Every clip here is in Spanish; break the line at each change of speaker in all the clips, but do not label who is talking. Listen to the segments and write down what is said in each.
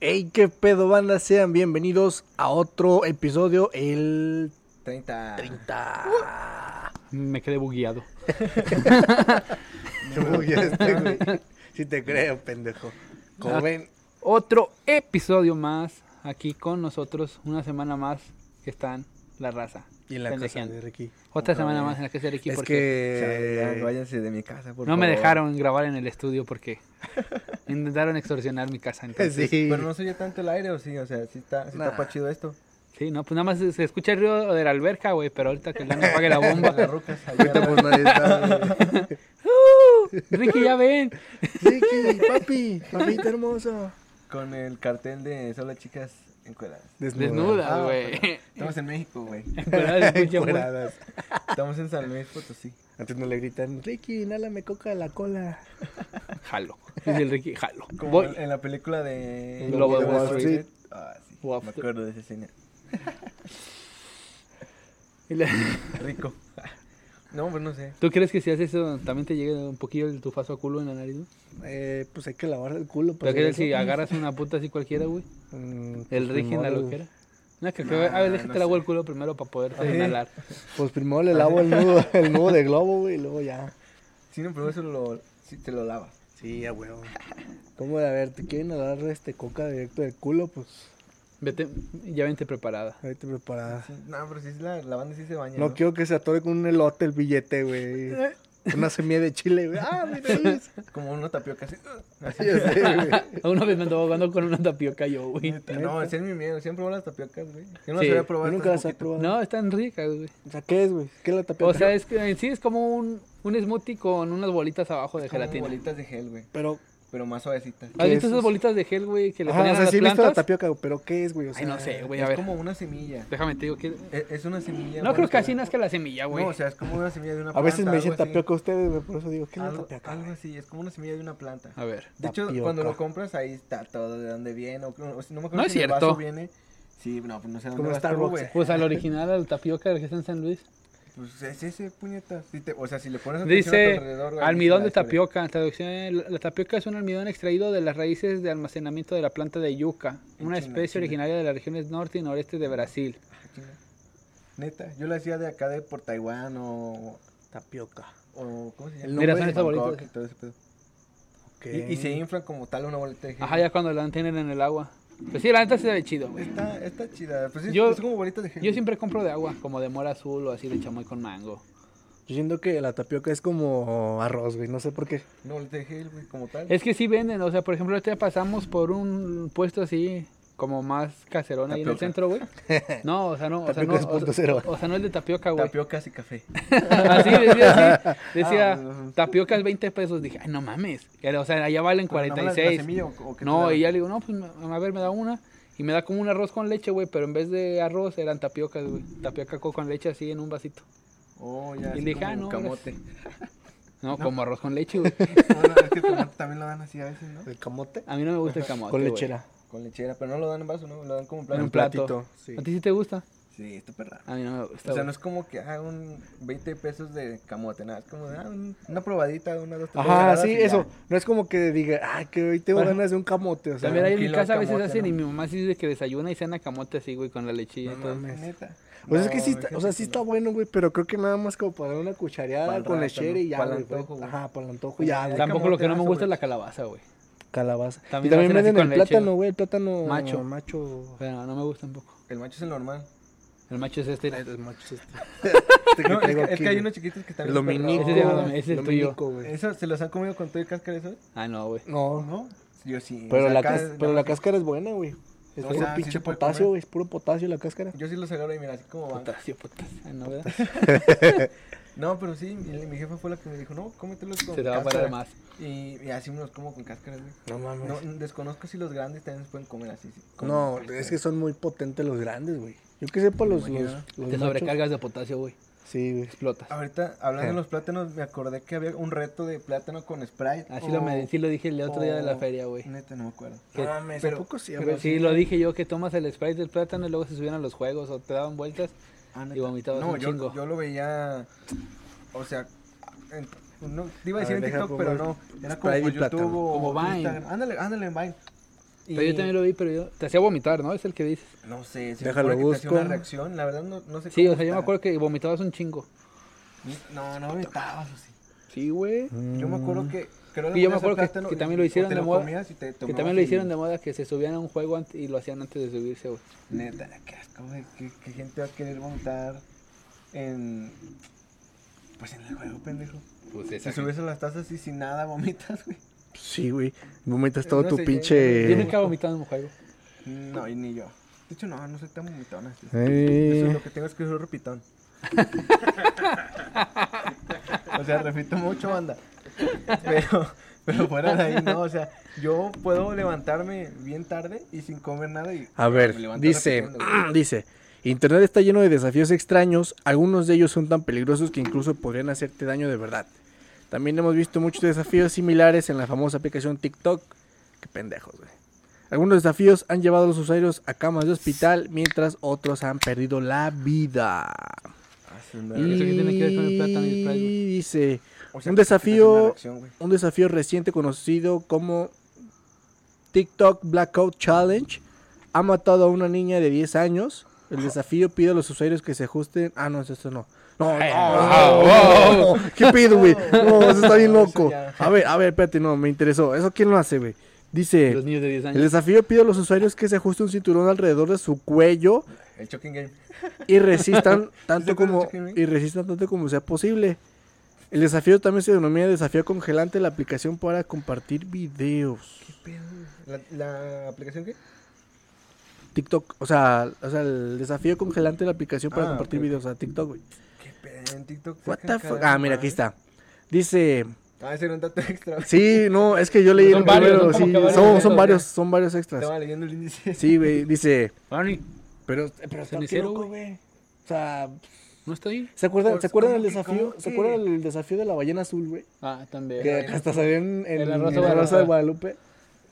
Hey, qué pedo, banda. Sean bienvenidos a otro episodio, el 30. 30.
Me quedé bugueado.
Te bugueaste,
este,
güey. Sí te creo, pendejo. Como
Ah.
ven,
Otro episodio más aquí con nosotros. Una semana más que están la raza.
y en la casa
pendejeando.
de Ricky.
Otra
No,
semana
güey.
más en la que se Ricky
Es
porque
que...
Ya, váyanse de mi casa, por
no me
favor.
dejaron grabar en el estudio porque intentaron extorsionar mi casa. Entonces, sí.
Sí.
Pero no se oye tanto el aire, o sí, o sea, sí está, sí
Nah.
está pa' chido esto.
no, pues nada más se se escucha el ruido de la alberca, güey, pero ahorita que Lana apague la
Las
bomba.
rucas
Ahorita
allá.
pues nadie está, güey.
¡Uh! Ricky, ya ven.
Ricky, papi, papito hermoso.
Con el cartel de solo chicas encueradas.
Desnuda,
Ah,
güey.
Estamos en México, güey.
Encuerada, se escucha muy-
Encueradas.
Estamos en San Luis Potosí.
Antes no le gritan, Ricky, inhálame coca de la cola.
Jalo. Dice el Ricky, jalo.
Como
Voy.
en la película de...
El Lobo de Wall
Ah, sí.
Wall
Me
Street.
acuerdo de esa escena.
Y la-
Rico. No, pues no sé.
¿Tú crees que si haces eso también te llegue un poquillo el tufazo a culo en la nariz? güey?
Eh, pues hay que lavar el culo. para
¿Pero
Mm,
qué tal si agarras una puta así cualquiera, güey?
pues
El Ricky en la loquera. No, que, que- a ver, déjate
no
la el culo primero para poderte
Ajá.
inhalar.
Pues primero le lavo el nudo, el nudo de globo, güey, y luego ya.
Si no, pero eso lo... Sí, te lo lavas.
Sí, a huevo. ¿Cómo de a ver? ¿Te quieren dar este coca directo del culo? Pues
Vete, ya vente preparada.
ahí te preparas.
Sí, No, pero si es la, la banda sí se baña,
No quiero que se atore con un elote el billete, güey. Una semilla de chile, güey. Ah, mira eso.
Como uno tapioca así. Así
Ya sé, güey.
Una vez me andaba ahogando con una tapioca yo, güey.
No, ese es mi miedo. Siempre voy a las tapiocas, güey. Yo no las
Sí.
había
Yo
probado.
nunca las
hasta
he
hace poquito.
probado.
No, están ricas, güey.
O sea, ¿qué es, güey? ¿Qué es la tapioca?
O sea, es que en sí es como un, un smoothie con unas bolitas abajo de
Como
gelatina.
bolitas de gel, güey.
Pero,
Pero más suavecitas.
¿Has
¿Qué
visto
es
esas
eso?
bolitas de gel, güey, que le
ajá,
ponían
o sea,
a las
sí he visto la
plantas?
tapioca, güey, pero ¿qué es, güey? O sea,
Ay, no sé, güey, a
es
ver.
como una semilla. E,
Déjame te digo que...
Es, es una semilla.
No
güey,
creo que
o
así
sea,
nazca la semilla, güey.
No, o sea, es como una semilla de una
A
planta.
veces me dicen
algo así.
tapioca ustedes, güey, por eso digo, ¿qué es la
Algo,
tapioca?
algo
güey?
así, es como una semilla de una planta.
A ver.
De hecho,
Tapioca.
cuando lo compras, ahí está todo de dónde viene. O, o si no me acuerdo
No es
si en el
cierto.
vaso viene. Sí, no, pues no sé dónde
Como
vas tú,
Starbucks.
güey.
Pues al original, al tapioca del que está en San Luis.
Pues es ese, puñeta. Si te- o sea, si le pones atención a tu
Dice
alrededor, güey, ahí
almidón de
está la historia.
tapioca. Traducción, eh, la la tapioca es un almidón extraído de las raíces de almacenamiento de la planta de yuca,
En
una
China,
especie
China.
originaria de las regiones norte y noreste de Brasil.
Ah, chinga. Neta, yo la hacía de acá de por Taiwán o...
Tapioca.
o ¿Cómo se llama?
El nombre
Mira, son
de
estas
Bangkok
bolitas.
y todo ese pedo.
Ok.
Y, y se inflan como tal una bolita de gel.
Ajá, ya cuando la tienen en el agua. Pues sí, la neta se ve chido, güey.
Está, está chida. Pues es,
Yo-
es como bolitas de gel.
Yo siempre compro de agua, como de mora azul o así de chamoy con mango.
Yo siento que la tapioca es como arroz, güey, no sé por qué.
Una bolita de gel, güey, como tal.
Es que sí venden, o sea, por ejemplo, ahorita pasamos por un puesto así como más caserón ahí en el
Tapioca.
centro, güey. No, o sea, no, o sea, no,
Tapioca
o,
2.0.
o sea, no es de tapioca, güey.
Tapiocas y café.
Así decía, así, decía
Ah, bueno.
tapiocas 20 pesos. Dije, ay, no mames. Era, O sea, allá valen
Pero nada más la- la
46.
semilla o- o qué te
no,
da.
y ya le digo, no, pues me- a ver, me da una. Y me da como un arroz con leche, güey. Pero en vez de arroz eran tapiocas, güey. Tapioca co- con leche así en un vasito.
Oh, ya.
Y
así
le dije,
como
ah, no,
Camote.
No, como arroz con leche, güey.
No, no, es que el camote también lo dan así a veces, ¿no?
El camote
A mí no me gusta el camote.
con
güey.
lechera.
Con lechera, pero no lo dan en vaso, ¿no? Lo dan como en
En
plato.
un plato. Ah,
platito, sí.
¿A ti sí te gusta?
Sí, está perra.
A mí no me gusta.
O sea,
güey.
no es como que haga un 20 pesos de camote, nada. Es como ah, un- una probadita, una, dos, tres.
Ajá,
cucharadas
sí,
y ya.
eso. No es como que diga, ah, que hoy tengo
Ajá.
ganas de un camote, o sea.
También ahí en
un
mi
kilo
casa a
de
veces
camote,
hacen
¿no?
y mi mamá sí dice que desayuna y cena camote así, güey, con la lechilla y
No
todo.
mames.
Neta.
Pues es
No,
que sí,
hay
está, o
gente
sea,
que
sí
no.
está bueno, güey, pero creo que nada más como para dar una cucharada
Pa'l
con
rato,
lechera y
¿no?
ya,
Pa'l
güey. pues.
antojo, güey. Pues
Ajá, para el antojo ya, güey.
Cam-
Tampoco lo que no me
camote,
gusta es
güey.
la calabaza, güey.
Calabaza.
También
y también
lo hacen así
venden el
con leche,
plátano,
güey.
güey, el plátano
Macho.
macho.
Pero no me gusta tampoco.
El macho es el normal.
El macho es este.
El macho es
No, es, Este que, es que hay unos chiquitos que
El
también. están
dominico.
Ese es el-
raros.
ese es el tuyo.
güey.
¿Eso se los han comido con todo y cáscara eso?
Ah, no, güey.
No,
¿No? Yo sí.
Pero,
o sea,
la,
acá
cas-
es-
pero
no,
la
sí.
cáscara es buena, güey. Es
O
puro
sea, sí
pinche
se puede
potasio,
comer.
güey. Es puro potasio la cáscara.
Yo sí los agarro y mira, así como van.
Potasio, potasio. Ah, no, ¿verdad?
No, pero sí, mi, mi jefa fue la que me dijo, no, cómetelos con
Se te va a
cáscara".
parar más.
Y, y así me los como con cáscara, güey.
No mames.
No, desconozco si los grandes también se pueden comer así. sí, con
No,
cáscara.
es que son muy potentes los grandes, güey. Yo que sepa, los, los,
imagino.
los
Te
machos-
sobrecargas de potasio, güey.
Sí, güey.
Explotas.
Ahorita, hablando de
Eh.
los plátanos, me acordé que había un reto de plátano con Sprite.
Así
o-
lo, me, sí lo dije el otro día de la
o-
feria, güey.
Neta, no me acuerdo.
Que-
mames,
pero-
tampoco sí,
pero
güey.
sí, lo dije yo, que tomas el Sprite del plátano y luego se subían a los juegos o te daban vueltas.
Ah, neta.
Y vomitabas
no,
un
yo,
chingo.
yo lo veía, o sea, en- no, te iba a
A
decir
ver,
en
deja
TikTok, pero
pongo
no. Era como
Sprite
por
y plátano.
YouTube o
Como Vine.
Instagram. Ándale, ándale en Vine.
Pero yo también lo vi, pero yo... Te hacía vomitar, ¿no? Es el que dices.
No sé, se
Déjalo,
supone que te hacía
busco.
una reacción, la verdad no, no sé
Sí,
cómo
o sea, yo me
está.
acuerdo que vomitabas un chingo.
No, no vomitabas así.
Sí, güey.
Yo me
Mm,
acuerdo que... Creo
Y Mm. yo me acuerdo que,
plátano
que
y-
también lo
o
hicieron
te
de
lo
moda.
comías y te
que
tomabas
también lo
el-
hicieron de moda que se subían a un juego ant- y lo hacían antes de subirse, güey.
Neta, qué asco, güey. ¿Qué, qué gente va a querer vomitar en. Pues en el juego, pendejo.
Pues
Te subes a las tazas y sin nada vomitas, güey.
Sí, güey. Vomitas todo
No
tu
sé,
pinche.
Yo nunca he vomitado en un juego.
No, y ni yo. De hecho, no, no soy tan vomitón así.
Eh.
Eso es lo que tengo es que soy repitón. o sea, repito mucho, banda. Pero, pero fuera de ahí, no. O sea, yo puedo levantarme bien tarde y sin comer nada. Y
A
me
ver,
levanto
dice,
repitiendo, güey.
dice, Internet está lleno de desafíos extraños, algunos de ellos son tan peligrosos que incluso podrían hacerte daño de verdad. También hemos visto muchos desafíos similares en la famosa aplicación TikTok. Qué pendejos, güey. Algunos desafíos han llevado a los usuarios a camas de hospital, mientras otros han perdido la vida.
Ah, sí, me-
¿eso qué tiene que ver con el plátano y el Pride,
Y
güey?
dice,
o sea,
un
que es una
desafío-
reacción, güey.
un desafío reciente conocido como TikTok Blackout Challenge ha matado a una niña de 10 años. El desafío pide a los usuarios que se ajusten. Ah, no, es esto no. No, no, no, no, no. ¿Qué pido, güey? No, eso está bien
No, eso
loco.
ya.
A ver, a ver, espérate, no, me interesó. ¿Eso quién lo hace, güey?
Los
Dice,
niños de 10
el
años.
desafío pide a los usuarios que se ajuste un cinturón alrededor de su cuello
El Choking Game.
y resistan tanto
acuerdas
como
de Chicken Wing?
y resistan tanto como sea posible. El desafío también se denomina desafío congelante la aplicación para compartir videos.
¿La, la aplicación qué?
TikTok, o sea, o sea, el desafío congelante la aplicación para
Ah,
compartir
ok, ok.
videos, o sea, TikTok, güey.
¿Qué pedo en TikTok?
What
sacan
the fuck?
cada
Ah, mira, aquí
madre.
está. Dice,
Ah, ese era un dato extra.
sí, no, es que yo leí
Son
el
varios,
primero,
son como
sí,
que varios
son,
videos,
son
¿no?
varios, son varios extras.
Estaba leyendo el índice.
Sí, güey, dice,
Barney,
pero pero está qué
Cenicero,
loco, güey. O sea,
¿no está ahí?
¿se acuerdan,
Pues,
¿se acuerdan del
¿cómo que-
desafío?
cómo
¿Se
que?
acuerdan del desafío de la ballena azul, güey?
Ah, también.
Que hasta salió en, en-
En la
en
Rosa
la
de
Rosa de
Guadalupe.
Guadalupe.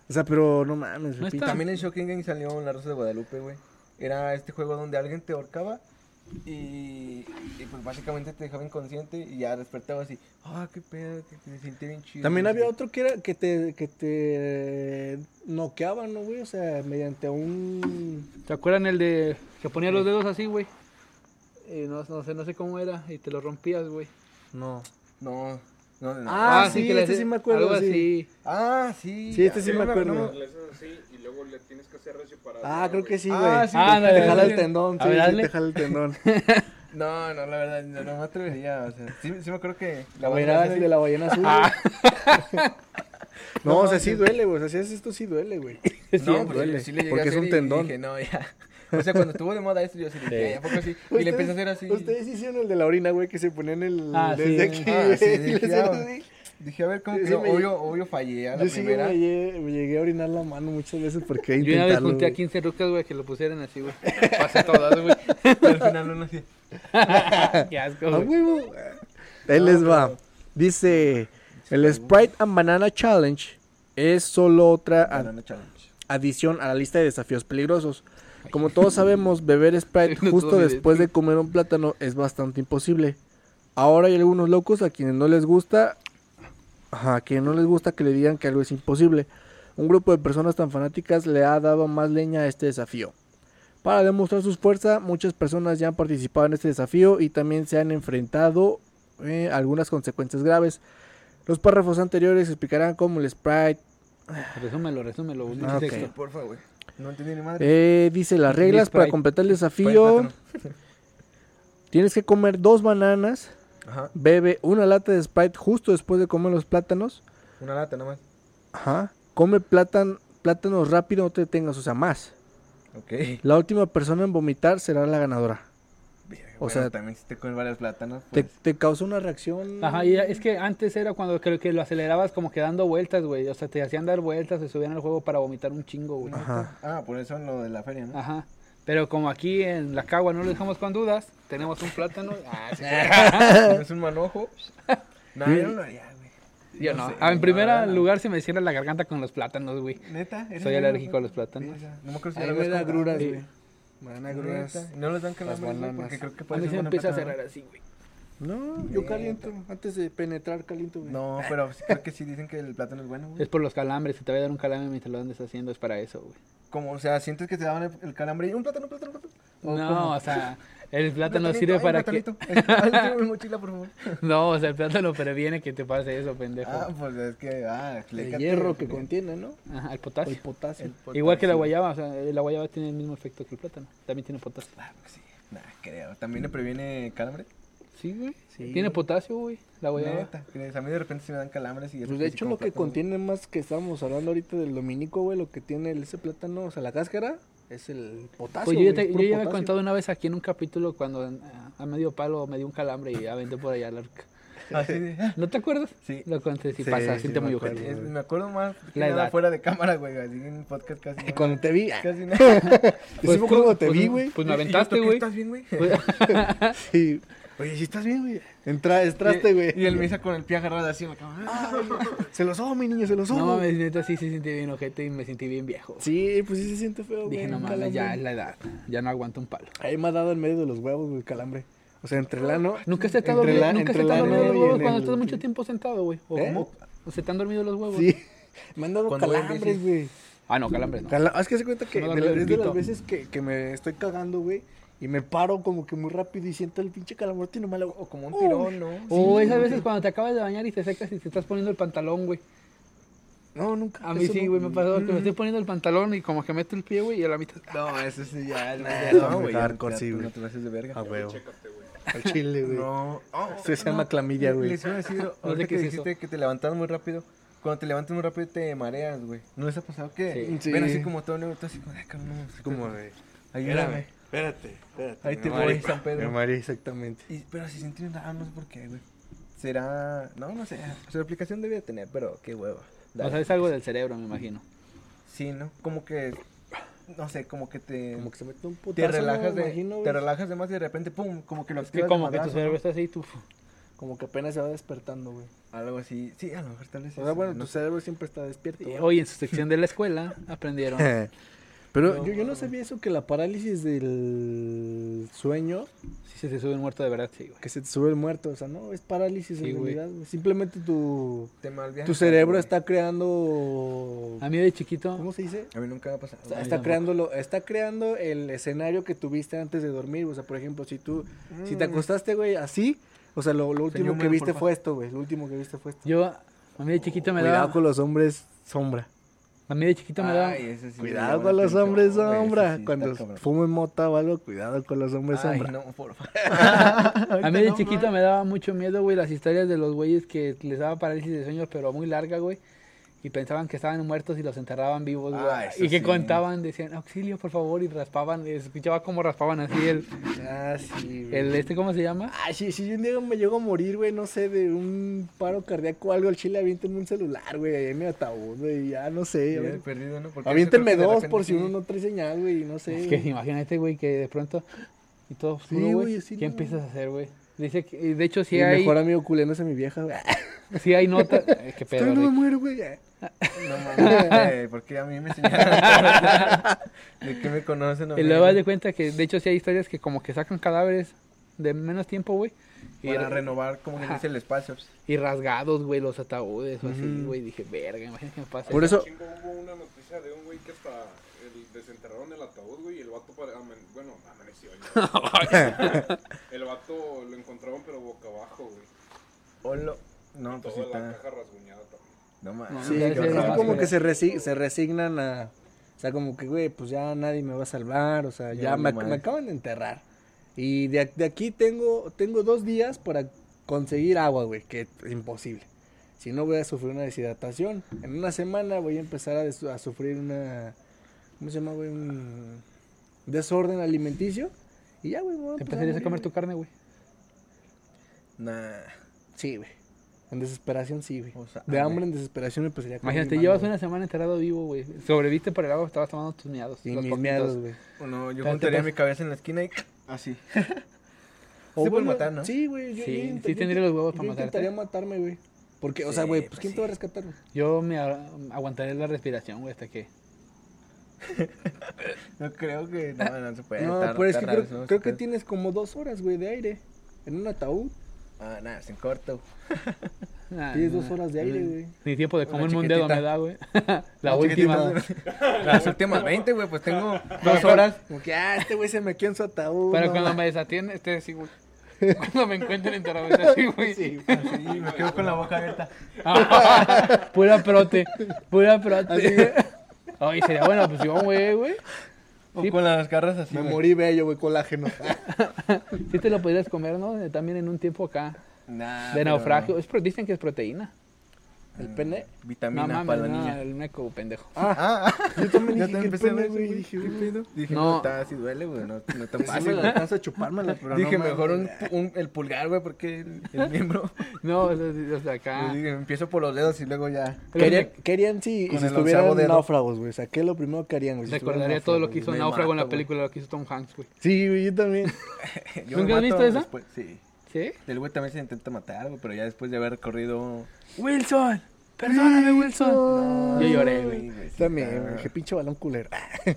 O sea, pero no mames,
No
güey,
está.
pinche-
También en Shocking Game salió La Rosa de Guadalupe, güey. Era este juego donde alguien te ahorcaba y, y pues básicamente te dejaba inconsciente y ya despertabas y, ah, qué pedo, que te sentí bien chido.
También
no
había
sé
otro que era que te, que te noqueaban, ¿no, güey? O sea, mediante un...
¿Te acuerdan el de que ponía los dedos así, güey? Y Eh, no, no sé, no sé cómo era, y te lo rompías, güey.
No.
qué. No, no, no.
Ah, sí,
le
este
hace-
sí me acuerdo,
Algo
sí.
así.
Ah, sí.
Sí, este
ya.
sí me acuerdo.
Le haces así y luego le tienes que hacer recio para.
Ah, creo que sí, güey.
Ah, sí,
Ah, ándale,
te jala el
ándale.
tendón,
A
sí,
ver,
sí,
hazle.
te jala el tendón.
No, no, la verdad, no, no me atrevería. O sea, sí, sí me acuerdo que
La
voy
ballena el de la ballena azul. güey. no, o sea, sí duele, güey. O sea, si haces esto, sí duele, güey.
No, pues
duele,
sí, sí le llegué
porque
a
es
hacer
un
y-
tendón.
Y dije, no, ya. O sea, cuando estuvo de moda esto, yo sí dije, ya, ¿a poco así? Y le empecé a hacer así.
Ustedes hicieron el de la orina, güey, que se ponían el...
Ah, sí.
desde aquí,
Ah,
güey,
sí,
y
dije,
le
ya,
hacían así.
güey. Dije, a ver, ¿cómo
Yo
que
sí
no?
me-
Obvio, obvio fallé a la
Yo sí me
primera.
llegué, me llegué a orinar la mano muchas veces porque
Yo una vez
intentaron.
junté a 15 rucas, güey, que lo pusieran así, güey. Pasé todas, güey.
Pero al final no lo hacía.
Qué asco,
A
Ah, güey.
huevo. Ahí les va. Dice, el Sprite and Banana Challenge es solo otra
Ah,
a-
no, no, challenge.
adición a la lista de desafíos peligrosos. Como todos sabemos, beber Sprite
Estoy viendo
justo
todo mi
después de comer un plátano es bastante imposible. Ahora hay algunos locos a quienes no les gusta, ajá, a quienes no les gusta que le digan que algo es imposible. Un grupo de personas tan fanáticas le ha dado más leña a este desafío. Para demostrar sus fuerzas, muchas personas ya han participado en este desafío y también se han enfrentado eh, a algunas consecuencias graves. Los párrafos anteriores explicarán cómo el Sprite
Resúmelo, resúmelo, güey.
Ah, ok.
texto.
Porfa, güey. No entendí ni madre.
Eh, dice las reglas para
Sprite.
completar el
Fue el
desafío.
plátano.
Tienes que comer dos bananas,
Ajá,
bebe una lata de Sprite justo después de comer los plátanos.
una lata nomás.
Ajá. Come plátano, plátanos rápido, no te detengas, o sea, más.
Ok.
La última persona en vomitar será la ganadora.
Verga,
O
bueno,
sea,
también si te comes varios plátanos,
Te,
pues.
te causa una reacción.
Ajá, y es que antes era cuando creo que lo acelerabas como que dando vueltas, güey. O sea, te hacían dar vueltas, se subían al juego para vomitar un chingo, güey.
Ajá.
Ah, por eso en lo de la feria, ¿no?
Ajá. Pero como aquí en la cagua no lo dejamos con dudas, tenemos un plátano. Ah, sí.
es un manojo. No, yo no lo haría, güey.
Yo no.
sé,
Ah, en
no,
primer
no, no.
lugar se me cierra la garganta con los plátanos, güey.
Neta, ¿eres
Soy alérgico a los plátanos.
Verga, No me acuerdo si
A
ya
mí
lo
me
habías
da
comprado,
agruras,
güey.
güey. Me dan agruras.
Neta, No les dan calambres, güey,
bananas.
porque creo que
A mí
puede
se
ser
me
buena
empieza a
plátano,
cerrar así, güey.
No, yo
Neta.
caliento. Antes de penetrar, caliento, güey.
No, pero sí creo que sí dicen que el plátano es bueno, güey.
Es por los calambres, si te voy a dar un calambre mientras lo andes haciendo, es para eso, güey.
Como, o sea, sientes que te daban el, el calambre y un plátano, plátano, plátano. ¿O
no,
cómo?
o sea, el plátano
Platanito,
sirve
ay,
para que...
platanito. Hazme mi mochila, por favor.
No, o sea, el plátano previene que te pase eso, pendejo.
Ah, pues es que, ah,
El
flécate,
hierro que
flécate.
contiene, ¿no?
Ajá,
O
el
el
potasio.
potasio.
Igual que la
potasio.
guayaba, o sea, la guayaba tiene el mismo efecto que el plátano. También tiene potasio.
Ah, pues sí, nah, creo. ¿También le previene calambre?
Sí, güey.
Sí.
Tiene potasio, güey, la guayaba.
Neta, ¿crees? A mí de repente se me dan calambres y...
Pues de
así
hecho,
como
lo que
plátano.
contiene más que estábamos hablando ahorita del dominico, güey, lo que tiene el- ese plátano, o sea, la cáscara, es el potasio.
Pues yo ya,
güey,
te-
es
yo
puro
ya había
potasio.
contado una vez aquí en un capítulo cuando ah, a medio palo me dio un calambre y aventé por allá la arca.
Así de, ah,
¿No te acuerdas?
Sí. Pues,
Lo conté, si
Sí,
pasa,
sí,
siente
me
muy
acuerdo.
ojete.
es- me acuerdo más que
La
nada
edad.
fuera de cámara, güey. Así en un podcast casi... no-
Cuando te vi, ah,
Casi no.
sí me acuerdo cuando te
pues,
vi,
no,
güey.
Pues me
Y yo,
aventaste,
¿tú qué
güey.
¿Estás bien, güey?
Pues-
Sí. Oye, sí estás bien, güey. Entra,
Y-
entraste, güey. Ah,
Y él me hizo con el pie agarrado así en la cámara.
Se los ojo, mi niño, se los ojo.
No mames, neta, sí se sentí bien ojete y me sentí bien viejo.
Sí, pues sí se siente feo, güey.
Dije, no
un
mames, ya es
calambre.
la edad. Ya no aguanto un palo.
Ahí me ha dado en medio de los huevos, güey, el calambre. O sea, entre el ano.
Nunca se te ha dormido,
la-
nunca se
entre
te ha
la
dormido
nave
los
y
huevos
en
cuando
el-
estás mucho tiempo sentado, güey. ¿O
¿Eh?
cómo? ¿O se te han dormido los huevos?
Sí. Me han dado
Cuando voy en
calambres,
bici.
güey.
Ah, no, calambres no.
Cala- Es que se cuenta que
No
de,
me
las-
acuerdo del
es de las
pito.
veces que, que me estoy cagando, güey, y me paro como que muy rápido y siento el pinche calamorte y nomás le hago
O como un
Uy.
tirón, ¿no?
O esas veces cuando te acabas de bañar y te secas y te estás poniendo el pantalón, güey. Mm.
No, nunca.
A mí
eso
sí,
no.
güey, me pasó que me estoy poniendo el pantalón y como que meto el pie, güey, y a la mitad.
No, eso sí ya... No, ya
no,
no,
güey,
güey. Ah, ya-
hardcore,
ya
sí,
tú
güey.
No te lo haces de verga.
A huevo.
Chécate, güey.
Mm. Al chile, güey.
No.
Se llama
Oh, no,
clamidia, güey.
Les iba a decir, ahorita
sé qué
que
es
dijiste que te levantas muy rápido. Cuando te levantas muy rápido te mareas, güey. ¿No les ha pasado que
Sí.
ven
Sí.
así como todo negro, tú así como, ay, cabrón, no,
Como de.
ayúdame.
Espérate, espérate.
Ahí
me
te
mareé.
voy, San Pedro.
Me mareé, exactamente.
Y- pero si sienten nada, no sé por qué, güey. Será, no, no sé, su aplicación debía tener, pero qué hueva.
O sea, es algo del cerebro, me imagino.
Sí, ¿no? Como que, no sé, como que te,
Como que se mete un putazo.
te relajas
¿no? Me
de,
imagino,
te
güey.
relajas de más y de repente, pum, como que lo
Es que
activas
como
de
que tu
madrazo,
cerebro
¿no?
está así, tú.
Como que apenas se va despertando, güey.
Algo así, sí, a lo mejor tal vez
O sea,
eso,
bueno,
no
tu
sé.
cerebro siempre está despierto.
Y
güey.
eh, Hoy en su sección de la escuela aprendieron.
Pero yo, yo no sabía eso que la parálisis del sueño,
Si se te sube un muerto de verdad, sí, güey.
que se te sube el muerto, o sea, no, es parálisis
Sí,
en
güey.
realidad. güey. Simplemente tu,
Te malviajas,
tu cerebro
güey.
está creando...
A mí de chiquito,
¿Cómo se dice?
A mí nunca me ha pasado.
O sea,
mí
está
tampoco.
creando, lo, está creando el escenario que tuviste antes de dormir. O sea, por ejemplo, si tú, si te acostaste, güey, así, o sea, lo, lo último
Mm. Señor,
que
mira,
viste
porfa.
fue esto, güey. Lo último que viste fue esto.
yo, a mí de chiquito me
Cuidado
daba.
con los hombres sombra.
A mí de chiquito me daba.
Ay, ese sí me
Cuidado
llamó
con
la
los
atención,
hombres
güey, ese sí
sombra.
está
Cuando
cabrón.
fumen mota o algo, cuidado con los hombres
Ay,
sombra.
no, por favor.
A mí de chiquito me daba mucho miedo, güey, las historias de los güeyes que les daba parálisis de sueños, pero muy larga, güey. Y pensaban que estaban muertos y los enterraban vivos, güey.
Ah, eso
y que
sí.
contaban, decían, auxilio, por favor, y raspaban. Escuchaba cómo raspaban así el,
Ah, sí, güey.
el este, ¿cómo se llama?
Ah, si, si un día me llego a morir, güey, no sé, de un paro cardíaco o algo, el chile aviéntenme un celular, güey, ahí en mi ataúd, güey, ya no sé. a ver.
Hubiera perdido, ¿no? Porque
Aviéntenme
yo creo que de
dos por
repente
si
sí-
uno no trae señal, güey, no sé.
Es que
güey.
imagínate, güey, que de pronto y todo oscuro,
Sí,
güey.
güey, sí,
¿Qué
no.
empiezas a hacer, güey? Dice que, y de hecho, sí
Mi
hay,
mejor amigo culiándose a mi vieja, güey.
sí hay nota. eh, qué pedo,
no me
Rick.
muero, güey.
No mames, güey, porque a mí me enseñaron. ¿De qué me conocen?
Y luego haz de
amigo?
cuenta que, de hecho, sí hay historias que como que sacan cadáveres de menos tiempo, güey. Y
Para
re-
renovar, como que dice el espacio.
Y rasgados, güey, los ataúdes o así,
Ujú.
güey. Dije, verga, imagínate que me pasa.
Por eso-
Chingo, hubo una noticia de un güey que hasta el desenterraron el ataúd, güey, y el vato, pare- amen- bueno, amaneció ya. el vato lo encontraron pero boca abajo, güey.
Olo. No, pues sí
Toda la
está.
caja rasguñada también.
No mames.
Sí,
Sí,
que
sí,
o sea,
sí,
como
sí.
que se, resi- se resignan a... O sea, como que, güey, pues ya nadie me va a salvar, o sea,
Ya
ya,
valió
me, ac-
madre.
me acaban de enterrar. Y de, ac- de aquí tengo, tengo dos días para conseguir agua, güey, que es imposible. Si no, voy a sufrir una deshidratación. En una semana voy a empezar a, des- a sufrir una... ¿Cómo se llama, güey? Un desorden alimenticio. Y ya, güey, me voy a
Te
empezar
empezarías a
morir,
comer
güey.
tu carne, güey.
Nah.
Sí, güey. En desesperación, sí, güey.
O sea,
de
ah,
hambre,
güey.
en desesperación, me empezaría a comer
Imagínate,
mi
llevas
mano,
una semana enterrado vivo, güey. Sobreviste por el agua, estabas tomando tus miados.
güey. Y
los
mis
poquitos.
miedos, güey.
No, yo
Te- te
juntaría
pas-
mi cabeza en la esquina y.
Ah,
Así.
O
Se puede
bueno,
matar, ¿no?
Sí, güey. Yo,
Sí,
yo intent-
sí
yo
tendría los huevos para
yo
matarte.
intentaría matarme, güey. Porque, o sea,
Sí,
güey, pues
pues
¿quién
sí.
te va a rescatar? güey?
Yo me a- aguantaré la respiración, güey, hasta que.
No creo que. No, no se puede.
No,
está-
pero es
está
que
raro
creo,
eso, no pues. se
creo que
puede.
tienes como dos horas, güey, de aire. En un ataúd.
Ah, nada, sin corto.
Nah,
Tienes
nah.
dos horas de aire, güey.
ah, Ni tiempo de comerme un
chiquitita.
dedo me da, güey. La
Las
última.
chiquititas, güey. Las últimas 20, güey, pues tengo
Pero
dos horas.
Como que, ah, este güey se me quedó en su ataúd.
Pero
no
cuando
mames.
me desatiende,
este,
esté así, güey. Cuando me encuentren en Tarabeza, así, güey.
Sí, me quedo con la boca abierta.
Pura prote. Pura
Así,
prote.
güey.
Ay, sería buena opción, güey, güey.
O con las garras así.
me
güey.
morí bello, güey, colágeno.
Sí te lo podrías comer, ¿no? Eh, También en un tiempo acá.
Nah,
De
Ah, pero
naufragio.
no.
Es pro- dicen que es proteína.
El pene.
No
Vitamina para
mames,
la
no,
niña.
el meco, pendejo.
Ah, ah,
Yo también
Ya
dije que el
empecé a
pene,
ver,
güey.
güey.
Dije,
¿Qué
güey,
pedo? Dije,
No.
no, está así duele, güey. No, no te
sí,
pases,
me
güey.
la casa chupármela, pero
Dije,
no mames.
mejor un, un- el pulgar, güey, porque el, el miembro.
No, es de- desde
Yo
acá.
dije, empiezo por los dedos y luego ya.
Querían, querían si,
Con
si
el
estuvieran
onceavo dedo.
náufragos, güey. Saqué lo primero que harían, güey. si estuvieran
Recordaría todo lo que
náufragos,
me
hizo Náufrago en la
mata, güey.
película, lo que hizo Tom Hanks, güey.
güey. Sí, güey, yo también.
Yo me
¿Nunca has
mato
visto esa?
después- Sí.
¿Sí?
El güey también se intenta matar, güey, pero ya después de haber corrido.
Wilson, perdóname, Wilson. Yo lloré, güey.
Sí, güey, sí,
también,
está-
güey. Qué pinche balón culero.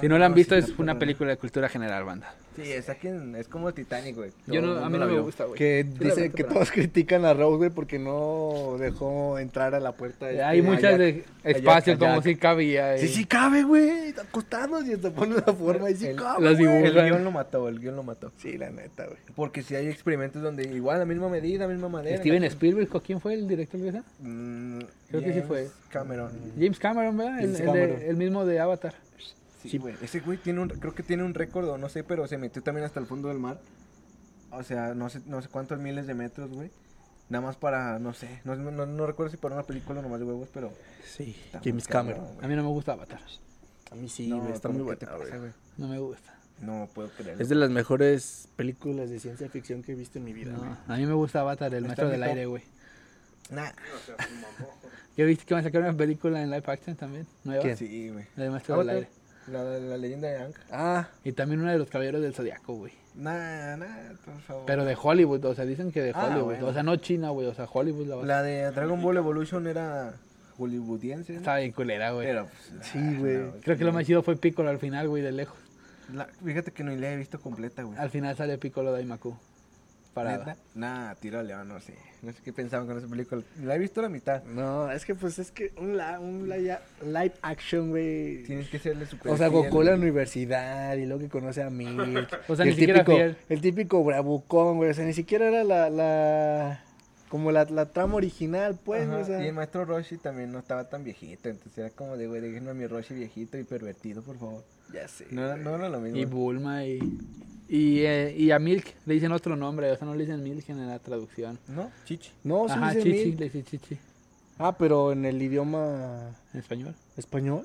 Si no la han visto,
sí,
es
está
una
perrona.
película de cultura general, banda.
Sí, es, aquí en- es como Titanic, güey.
Yo
Todo el
no, a
mundo
mí no
la
me
vio.
gusta, güey.
Que
Sí la he
dicen
visto,
que
pero-
todos critican a Rose, güey, porque no dejó entrar a la puerta. este,
Hay muchas
Jack.
de espacio
Jack,
como
Jack.
si cabía. y-
Sí, sí cabe, güey. Acostados y hasta pone una forma y sí
El-
cabe.
los
güey.
El
dibujan.
guión lo mató, el guión lo mató.
Sí, la neta, güey.
Porque si hay experimentos donde igual la misma medida, misma madera.
Steven Spielberg, ¿o ¿quién fue el director de esa?
Mm,
Creo que sí
James
fue.
Cameron.
James Cameron, ¿verdad? El-
James
el, de-
Cameron.
el mismo de Avatar.
Sí, güey. Ese güey tiene un, creo que tiene un récord, o no sé, pero se metió también hasta el fondo del mar. O sea, no sé, no sé cuántos miles de metros, güey. Nada más para, no sé, no, no, no recuerdo si para una película nomás de huevos, pero...
Sí,
está muy
James
cabrón,
Cameron.
A mí no me gusta Avatar.
A mí sí,
No,
güey, está
¿cómo
muy
que te
buena,
pasa,
güey.
güey?
No me gusta.
No puedo creerlo.
Es de las mejores películas de ciencia ficción que he visto en mi vida,
No,
güey.
a mí me gusta Avatar, el
Está
maestro del
rico.
aire, güey.
Nah,
No seas un mamón.
¿Ya viste que van a sacar una película en live action también? ¿Nueva?
¿Quién?
sí, güey.
La del maestro
Ah,
del
otra,
aire.
La, la, la leyenda de Anka.
Ah,
Y también una de los caballeros del zodiaco, güey.
Nah, nah, por favor.
Pero de Hollywood, o sea, dicen que de
Ah,
Hollywood.
bueno.
O sea, no China, güey, o sea, Hollywood la va a
La de Dragon Ball Evolution era hollywoodiense. ¿no?
Estaba bien culera, güey.
Pero, pues,
Sí,
ah,
güey.
no,
Creo que lo más chido fue Piccolo al final, güey, de lejos.
la- fíjate que no la he visto completa, güey.
Al final sale Piccolo Daimaku. Parada.
¿Neta? Nah, tiro a León, no sé. No sé qué pensaban con esa película. La he visto la mitad.
no, es que pues es que un, la- un la- live action, güey.
Tienes que serle super
O sea,
fiel.
Goku en la universidad y luego que conoce a Milk.
O sea,
Y
ni
el
siquiera
típico,
fiel.
El típico bravucón, güey. O sea, ni siquiera era la. la como la, la trama original, pues.
Ajá,
o sea.
Y el maestro Roshi también no estaba tan viejito. Entonces era como de, güey, déjenme a mi Roshi viejito y pervertido, por favor.
Ya sé.
No, era- no era lo
Y
mismo.
Bulma y. Y, eh, y a Milk le dicen otro nombre, o sea, no le dicen Milk en la traducción.
¿No? Chichi.
No, Oh, sí
Ajá,
dice
Chichi,
Milk.
le dicen Chichi.
Ah, pero en el idioma
¿En español?
español.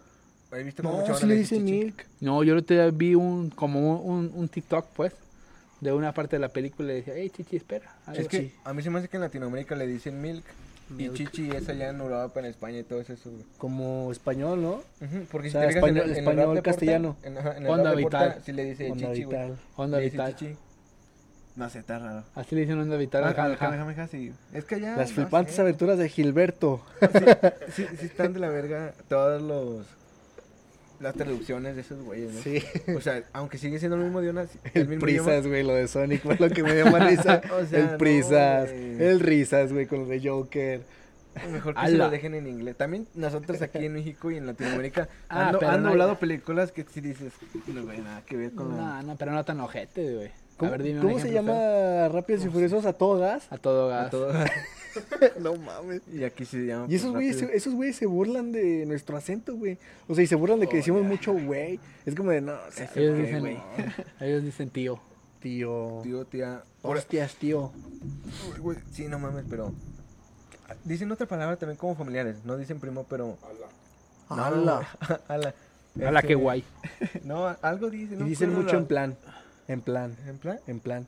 ¿He visto cómo
No,
chavana
sí le
dice
dice
chichi?
Milk.
No, yo te vi un como un, un, un TikTok, pues, de una parte de la película y decía, hey, Chichi, espera. algo
Es que
así.
a mí se me hace que en Latinoamérica le dicen milk. Y chichi es allá en Europa, en España y todo eso. güey.
Como español, ¿no?
Ujú, Porque
O
si
sea,
te fijas en
español-
el- en el
español,
rap de Porta,
castellano.
En, ajá, en el
Onda
rap de Porta,
vital.
sí le dice
Onda
chichi, güey.
vital.
Onda
Le dice
vital.
chichi. No sé, está raro.
Así le dicen onda vital.
Ah,
ajá,
ah,
ajá.
déjame, déjame, sí. Es que allá.
Las
Ah, no
flipantes
sé.
aventuras de Gilberto.
Sí, sí están de la verga todas los las traducciones de esos güeyes, ¿no?
Sí.
O sea, aunque sigue siendo el mismo idioma, sí, el,
El
mismo
Prisas, güey, lo de Sonic fue lo que me dio más risa.
O sea,
el Prisas,
no, güey.
el Risas, güey, con lo de Joker.
idioma, mejor que se
Ala.
lo dejen en inglés. También nosotros aquí en México y en Latinoamérica
Ah,
han,
pero
han
no hay-
doblado películas que si dices, no güey, nada que ver con la...
No, no, pero no tan ojete, güey. A
¿Cómo,
ver, dime un
cómo se
ejemplo
llama
feo.
Rápidos y Furiosos a todo gas?
A todo
a
gas.
todo.
no mames.
y aquí se llama
Y esos
pues,
güeyes,
rápido.
se- esos güeyes se burlan de nuestro acento, güey. O sea, y se burlan de que decimos mucho güey. Es como de, no, o sea,
Ellos
güey,
dicen,
güey,
ellos dicen tío.
tío.
Tío, tía.
Hostias, tío.
Uy, güey, Sí, no mames, pero... Dicen otra palabra también como familiares. No dicen primo, pero...
Ala.
No,
Ala.
ala.
Habla
Este,
que guay.
No, algo dicen.
Y
no
dicen
recuerdo
mucho
la-
en plan. En plan.
¿En plan?
En plan.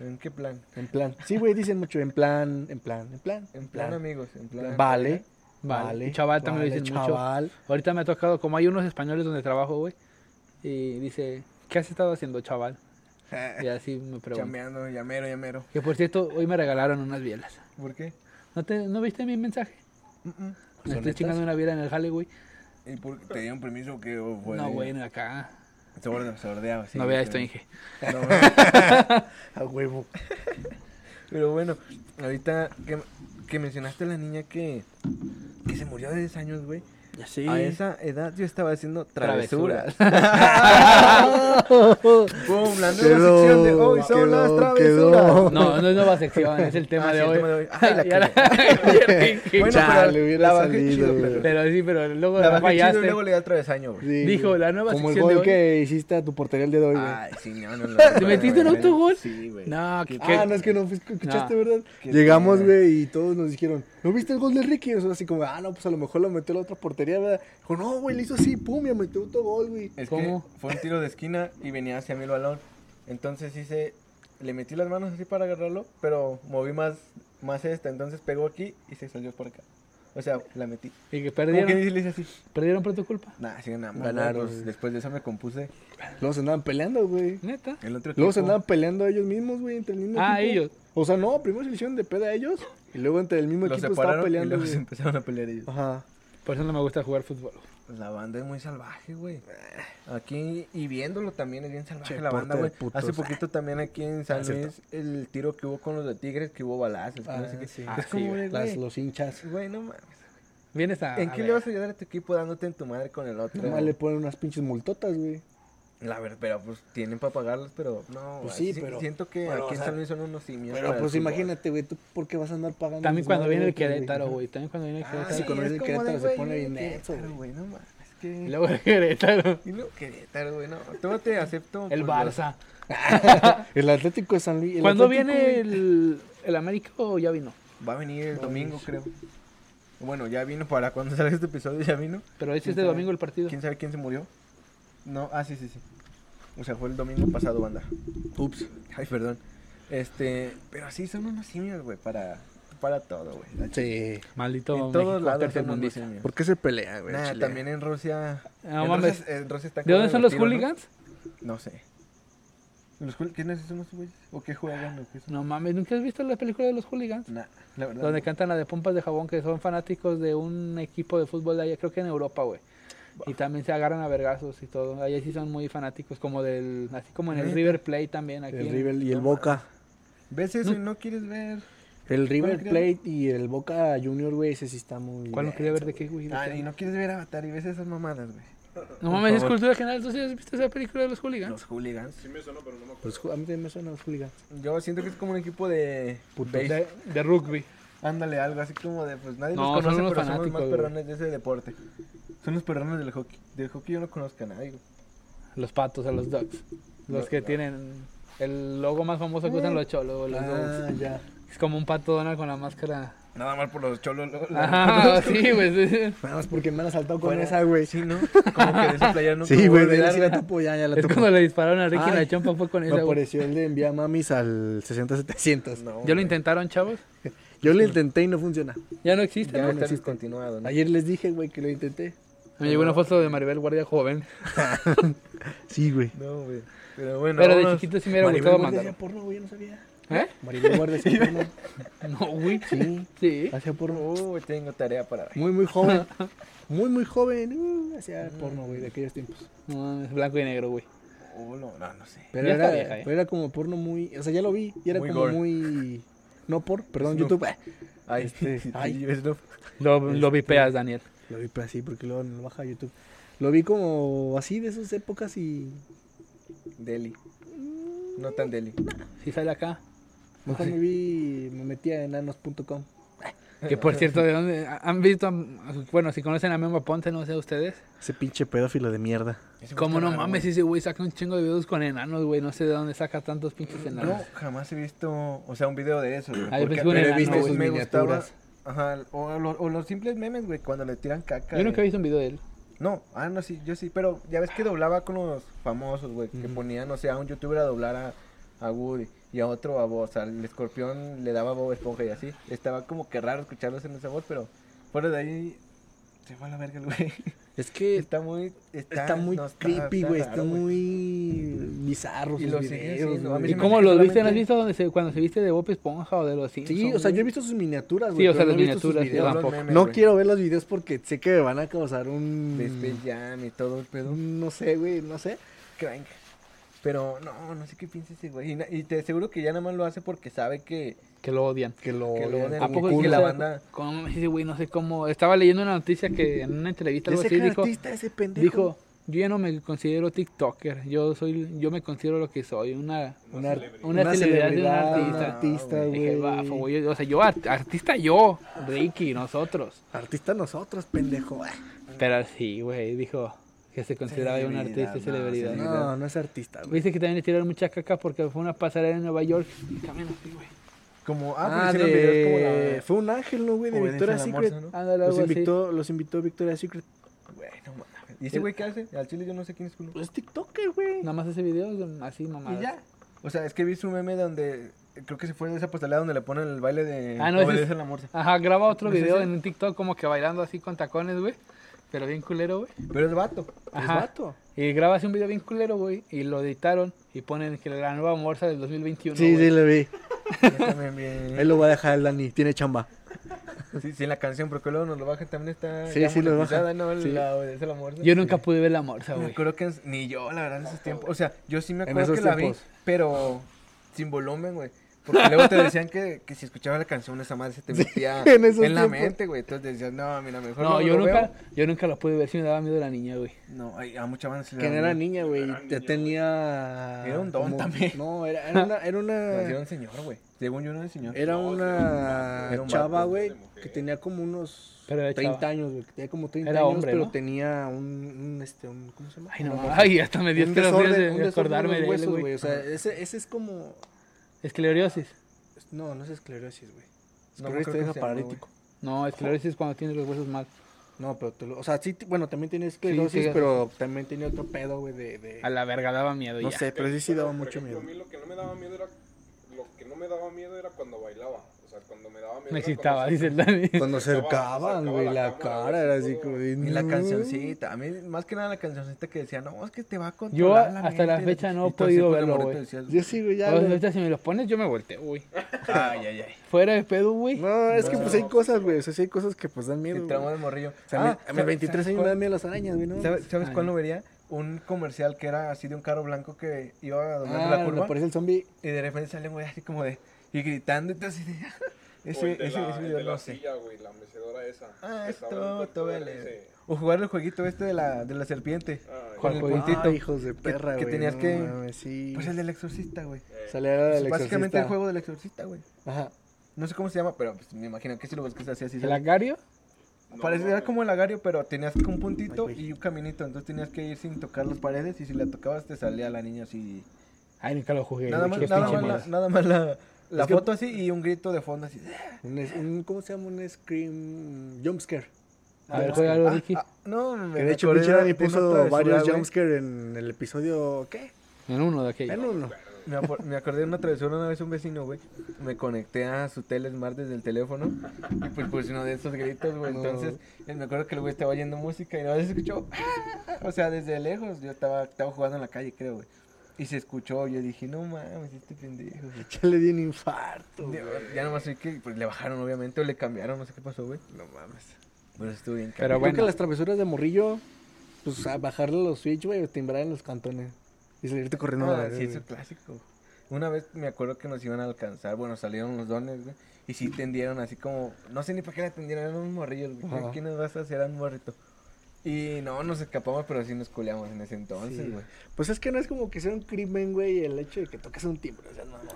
¿En qué plan?
En plan. Sí, güey, dicen mucho en plan, en plan, en plan.
En plan, amigos. En plan.
Vale.
Vale.
Vale.
Chaval también lo
vale,
dicen
chaval.
mucho. Ahorita me ha tocado, como hay unos españoles donde trabajo, güey. Y dice, ¿qué has estado haciendo, chaval? Y así me pregunto.
Chameando, llamero, llamero.
Que por cierto, hoy me regalaron unas bielas.
¿Por qué?
¿No, te, ¿no viste mi mensaje?
Mm, mm.
Me estoy
estas?
chingando una biela en el jale, güey.
¿Y por qué te dieron permiso que o fue
No,
de-
güey, acá.
Se orde- se ordeaba, sí,
no vea
yo
esto,
creo.
Inge.
No, güey.
A huevo.
Pero bueno, ahorita que, que mencionaste a la niña que, que se murió de 10 años, güey.
Ya sí.
Ah,
A esa edad yo estaba haciendo travesuras. Boom, la nueva
Quedó,
sección de hoy son
quedó,
las travesuras.
quedó.
No, no es nueva sección, es el tema
Ah,
de
sí, el
hoy.
tema de hoy. Ay, la
Ya la-
Bueno,
Chale,
pero
hubiera
la bajé
salido,
chido,
güey.
pero-
Pero sí, pero luego
la
la
bajé chido
fallaste.
y luego le da travesaño, güey.
Sí,
Dijo,
güey.
la nueva
Como el
sección de
gol
hoy.
que hiciste a tu portería el día de hoy, güey.
Ay, sí, no, no, no.
¿Te metiste en autogol?
Sí, güey.
No, que,
Ah, no, es que no fuiste- escuchaste,
No.
¿verdad?
Qué
Llegamos,
pena.
güey, y todos nos dijeron, ¿no viste el gol de Ricky? Y nosotros así como, ah, no, pues a lo mejor lo metió a la otra portería, ¿verdad? Dijo, no, güey, le hizo así, pum, y metió otro gol, güey.
Es
¿Cómo?
que fue un tiro de esquina y venía hacia mí el balón. Entonces hice, le metí las manos así para agarrarlo, pero moví más, más esta. Entonces pegó aquí y se salió por acá. O sea, la metí.
y que
¿Cómo
perdieron,
que le hice así?
perdieron por tu culpa.
Nah, sí, nada más.
Ganaron,
Pues,
güey.
después de eso me compuse.
Luego se andaban peleando, güey.
Neta.
El otro
Luego se
equipo-
andaban peleando ellos mismos, güey, entre el mismo
Ah,
equipo.
ellos.
O sea, no, primero se le hicieron de peda a ellos, y luego entre el mismo
Los
equipo estaban
separaron y
peleando,
luego se
güey.
empezaron a pelear ellos.
Ajá.
Por eso no me gusta jugar fútbol.
La banda es muy salvaje, güey. Aquí, y viéndolo también es bien salvaje
Che,
la banda,
porte de
güey.
putos.
Hace poquito también aquí en San
Ah, cierto.
Luis, el tiro que hubo con los de Tigres, que hubo balazos, que no
Ah,
sé qué.
sí.
Es
Ah,
como,
sí,
güey,
Las, los hinchas.
güey, no mames.
Vienes a.
¿En
Ah, a
qué
ver.
le vas a ayudar a tu equipo dándote en tu madre con el otro?
Nomás le ponen unas pinches multotas, güey.
La verdad, pero pues tienen para pagarlos, pero no.
Pues
así
sí, pero-
Siento que
pero, o
aquí en
sea,
San Luis son unos simios.
Pero
para el
pues
fútbol.
imagínate, güey, ¿tú por qué vas a andar pagando?
También
desmadre,
cuando viene el
güey?
Querétaro, güey. También cuando viene el
Ah,
Querétaro.
sí,
y
cuando
es
viene el
como
Querétaro
de,
se
güey,
pone bien
Querétaro,
denso, güey.
güey. No mames,
Y
que.
luego el Querétaro.
Y luego Querétaro, güey, no. Todo te acepto. pues,
El
por los-
Barça.
El Atlético de San Luis. el
¿Cuándo
Atlético,
viene
güey.
el, el América o ya vino?
Va a venir el domingo, creo. Bueno, ya vino para cuando salga este episodio, ya vino.
Pero es
¿Quién
este
sabe?
domingo el partido.
¿Quién sabe quién se murió? No, ah, sí, sí, sí. O sea, fue el domingo pasado, banda.
Ups.
Ay, perdón. Este, pero sí, son unos simios, güey, para, para todo, güey.
Sí.
Maldito
En todos
México,
lados son unos
tercermundista.
simios.
¿Por qué se pelean, güey?
Nah,
Chile?
también en Rusia.
No
en
mames.
Rusia- en Rusia está
¿De
cabrón
dónde son los
tiros, ¿no?
hooligans?
No sé. ¿Los hooli- ¿Quiénes son esos güeyes? ¿O qué juegan? ¿O qué son?
No mames, ¿nunca has visto la película de los hooligans?
Nah, la verdad.
Donde
no.
cantan la de pompas de jabón, que son fanáticos de un equipo de fútbol de allá, creo que en Europa, güey. Y también se agarran a vergazos y todo. Allá sí son muy fanáticos, como del, así como en el
¿Neta?
River Plate también. Aquí
El
en-
River y el Boca.
¿Ves eso y no quieres ver?
El River
¿Cuál
Plate y el Boca Junior, güey, ese sí está muy.
¿Cuál no quería ver de qué, güey?
Ah, y no quieres ver Avatar y ves esas mamadas, güey.
No mames, es cultura general. ¿Tú sí has visto esa película de los hooligans?
Los hooligans.
Sí me suena, pero no me acuerdo.
Pues ju- a mí también me suena los hooligans.
Yo siento que es como un equipo de
Putos.
base.
De, de rugby.
Ándale, algo así como de, pues nadie
No,
los
son
conoce,
unos
pero son los
fanáticos,
más
güey.
perrones de ese deporte. Son los perrones del hockey. Del hockey yo no conozco a nadie, güey.
Los patos, a los ducks. Los
No, Eh.
que
no.
tienen el logo más famoso que usan los cholos, güey, los
Ah,
dogs.
ya.
Es como un pato Donald con la máscara.
Nada mal por los cholos. lo- la-
Ajá, sí, güey. sí.
Nada más porque me han asaltado con
Fuera.
esa, güey.
Sí, ¿no? Como que de esa playa no
Sí, güey, de la sí la topo, ya, ya la
Es
topo.
cuando le dispararon a Ricky
Ay,
en la chompa, fue con
Me
esa, güey.
apareció el de enviar mamis al 60-700.
¿Ya lo intentaron, chavos?
Yo lo intenté y no funciona.
Ya no existe,
Ya
¿no?
está descontinuado, ¿no?
Ayer les dije, güey, que lo intenté.
Me llegó una foto de Maribel Guardia joven.
Sí, güey.
No, güey. Pero bueno.
pero de
vámonos.
chiquito sí me hubiera
Maribel
gustado
Guardia
mandarlo.
hacía porno, güey, yo no sabía.
¿Eh?
Maribel Guardia hacía porno.
No, güey.
Sí,
Sí.
hacía porno.
Uy, tengo tarea para hoy.
Muy, muy joven. Muy, muy joven. uh, hacía porno, güey, de aquellos tiempos.
No mames, blanco y negro, güey.
Oh, no, no, no sé.
Pero
Ya
era,
está vieja, ¿eh?
pero era como porno muy. O sea, ya lo vi. Y era
Muy
como
gore.
muy. No por, perdón,
Snoop.
YouTube. eh,
Ay,
Este, ay.
es lo-
Lo, lo vipeas, Daniel.
Lo vi así porque luego no lo baja YouTube. Lo vi como así de esas épocas y.
Deli. No tan deli.
Si sale acá.
Mejor me vi. Me metía en enanos.com.
Que por cierto, ¿de dónde? ¿Han visto? Bueno, si conocen a Memo Ponte, no sé ustedes.
Ese pinche pedófilo de mierda.
Ese
¿Cómo
está
no
raro,
mames? Ese güey saca un chingo de videos con enanos, güey. No sé de dónde saca tantos pinches
güey.
enanos.
No, jamás he visto, o sea, un video de eso. güey,
Ah, yo
porque-
pensé que un
pero he
enano,
visto
güey.
sus me gustaba.
miniaturas.
Ajá, o, lo- o los simples memes, güey, cuando le tiran caca.
Yo nunca he
güey.
visto un video de él.
No, ah, no, sí, yo sí, pero ya ves que doblaba con los famosos, güey, que ponían, o sea, a un youtuber a doblar a, a Woody y a otro a Bob, o sea, el escorpión le daba a Bob Esponja y así. Estaba como que raro escucharlos en esa voz, pero fuera de ahí se fue a la verga el güey.
Es que está,
Está muy... Está,
muy
no, está-
creepy,
está
güey. Está,
raro,
muy bizarro
Y
sus
lo sigue
videos,
haciendo, a mí
güey.
¿Y
me
cómo
hace
los viste? ¿No has
solamente-
visto donde se- cuando se viste de Bob Esponja o de los Simpsons?
Sí, o sea, yo he
güey?
visto sus miniaturas,
Sí,
güey.
o
pero
sea,
no
las
he visto sus
miniaturas,
videos.
yo
Todos los
tampoco.
memes,
No
güey,
quiero ver los videos porque sé que me van a causar un.
de Space Jam y todo el pedo.
No sé, güey, no sé.
crank. este Pero no, no sé qué piensa ese güey. Y, na- y te aseguro que ya nada más lo hace porque sabe que
que lo odian.
Que lo
Que lo
odian
odian
como
¿A poco
culo.
que
sí
la
sabe-
banda-
cómo- sí, güey, no sé cómo. Estaba leyendo una noticia que en una entrevista algo
Ese
así dijo,
artista, ese pendejo.
dijo, yo ya no me considero TikToker, yo soy, yo me considero lo que soy, una,
Una,
una celebridad de un artista.
artista,
Dije,
güey.
"Bafo, güey, o sea, yo art- artista yo, Ricky, nosotros.
Artista nosotros, pendejo. Ah,
Pero sí, güey, dijo que se consideraba ya un artista y
Celebridad,
celebridad.
No, no es artista, güey.
Viste que también le tiraron mucha caca porque fue una pasarela en Nueva York. Camina así, güey.
Como, ah,
Ah,
pues hicieron videos como la-
de... Fue un ángel, ¿no, güey? De
Obedece
Victoria's
al amor,
Secret.
¿no?
Ándale,
Los
algo así.
invitó, los invitó Victoria's Secret.
Güey, no mames. ¿Y ese güey qué hace? Al chile yo no sé quién es culo.
Pues Es TikToker, güey.
Nada más ese video, así mamada.
Y ya. O sea, es que vi su meme donde. eh, Creo que se fue de esa pastelada donde le ponen el baile de.
Ah, no, ese
Obedece
es-
a la morsa.
Ajá, graba otro
¿No es
video
ese?
en un TikTok como que bailando así con tacones, güey. Pero bien culero, güey.
Pero es vato.
Es
Ajá.
vato.
Y graba así un video bien culero, güey. Y lo editaron y ponen que la nueva morsa del 2021.
Sí,
güey.
sí, lo vi.
Yo también vi-
Él lo va a dejar el Dani, tiene chamba.
Sí, sí, en la canción, pero que luego nos lo bajan también está.
Sí,
ya
sí, lo
monetizada,
bajan.
¿no?
Sí.
La obedece a la morsa.
Yo nunca pude ver la morsa,
Me
güey.
acuerdo que en- ni yo, la verdad, en esos tiempos. O sea, yo sí me
En
acuerdo
esos
que la vi,
tiempos.
pero sin volumen, güey. Porque luego te decían que, que si escuchabas la canción, esa madre se te metía
en
en,
esos
la
tiempos.
mente, güey. Entonces decías, no, mira, mejor.
No, yo
lo
nunca,
veo".
yo nunca la pude ver, sí me daba miedo la niña, güey.
No, ay, a mucha banda se le
Que
da
no era
miedo.
niña, güey. Ya
Era niña,
tenía.
Era un don también.
No, era, era una. Era
Pero sí Era
una,
un señor, güey. Según yo, no era el señor.
era
No,
una
era un vato,
chava,
era
güey,
de mujer.
que tenía como unos
Pero era
30
chava.
años, güey. que Tenía como 30
Era
años,
hombre,
pero
¿no?
tenía un, un, este, un. ¿Cómo se llama?
Ay, no,
Una-
ay, hasta me dio
un
escalofríos
desorden-
de-
un desorden en
de
los
acordarme de él,
huesos,
güey.
O sea, eh. ese, ese es como.
Esclerosis.
No, no es esclerosis, güey.
No,
Esclerosis
creo
te
que
deja
se llama, güey.
paralítico.
No, esclerosis es cuando tienes los huesos mal.
No, pero te lo- o sea, sí, te- bueno, también tenía esclerosis,
sí,
pero también tenía otro pedo, güey, de, de-
A la verga daba miedo
no
ya.
sé, pero sí sí daba
Por
mucho miedo.
ejemplo, A mí lo que no me daba miedo era. Lo que no me daba miedo era cuando bailaba. O sea, cuando me daba miedo.
Me
era cuando
excitaba,
se-
dice el Dani.
Cuando
se acercaba-
acercaban,
se
güey,
acercaba
la
la cámara,
cara era
así
así
todo.
como de,
Y la
"No".
cancioncita, a mí más que nada la cancioncita que decía, no, es que te va a contar.
Yo hasta la fecha no he podido verlo, güey.
Yo sí, güey, ya.
Pues, O sea,
güey.
ahorita si me los pones, yo me volteo, güey.
Ay, ay, ay.
Fuera de pedo, güey.
No, es que pues hay cosas, güey, o sea, sí hay cosas que pues dan miedo.
El
güey.
tramo del morrillo. Ah,
O sea, a mí- a mis 23 años me dan miedo las arañas, güey, ¿no?
¿Sabes, ¿sabes
Ay.
cuál no vería? Un comercial que era así de un carro blanco que iba doblando
Ah,
la
cuando
curva
aparece el zombie.
y de repente sale un güey así como de... Y gritando y todo así de...
O
Ese,
el de
ese,
la-
ese
el
video
de la
no sé.
silla, güey, la mecedora esa.
Ah,
que
esto,
estaba en un cuarto
todo
de
vale.
ese-
O jugar el jueguito este de la, de la serpiente.
Ay,
¿Cuál
Con el
juego?
puntito.
Ah, hijos de perra, güey.
que tenías
no
que-
mames, sí.
Pues el del exorcista, güey. Pues,
eh,
Salía la del
Básicamente
exorcista.
el juego del exorcista, güey.
Ajá.
No sé cómo se llama, pero pues, me imagino que si lo buscas así, así.
¿El
sale.
agario?
no,
Parece
no,
era
no.
como el agario, pero tenías que un puntito
Ay, güey.
y un caminito. Entonces tenías que ir sin tocar las paredes y si la tocabas te salía la niña así.
Ay, nunca lo jugué.
Nada más,
güey, qué
nada
pinche
más, la,
miedo.
nada más la, la
Es que-
foto así y un grito de fondo así.
Un es- un- ¿Cómo se llama? Un scream jumpscare.
A ver, juega algo,
Ah,
Ricky.
ah, no, me
Que de hecho,
acordé
pinche Dani
de una
puso
travesura,
varios
güey.
jumpscare en el episodio. ¿Qué?
En uno de aquellos.
En uno.
Me, apor- me acordé de una travesura una vez un vecino, güey. Me conecté a su telesmart desde el teléfono. Y pues puse uno de esos gritos, güey.
No.
Entonces, eh, me acuerdo que el güey estaba oyendo música y nada más se escuchó. "Ah". O sea, desde lejos. Yo estaba, estaba jugando en la calle, creo, güey. Y se escuchó. Yo dije, no mames, este pendejo. güey".
Ya le di un infarto. güey.
Ya nomás sé que pues, le bajaron, obviamente, o le cambiaron, no sé qué pasó, güey. No mames. Pero estuvo bien.
Pero
Creo que
bueno,
las travesuras de morrillo, pues a bajarle los switch, güey, o timbrar en los cantones. Y salirte
Este
corriendo.
No,
eh,
a la
Ah, sí,
verga,
es un clásico. Una vez me acuerdo que nos iban a alcanzar, bueno, salieron los dones, güey, y sí tendieron así como, no sé ni para qué la tendieron, eran unos morrillos, güey,
Ajá.
¿qué nos vas a hacer a un morrito? Y no, nos escapamos, pero sí nos culeamos en ese entonces,
Sí.
güey.
Pues es que no es como que sea un crimen, güey, el hecho de que toques un timbre. O sea, no, güey.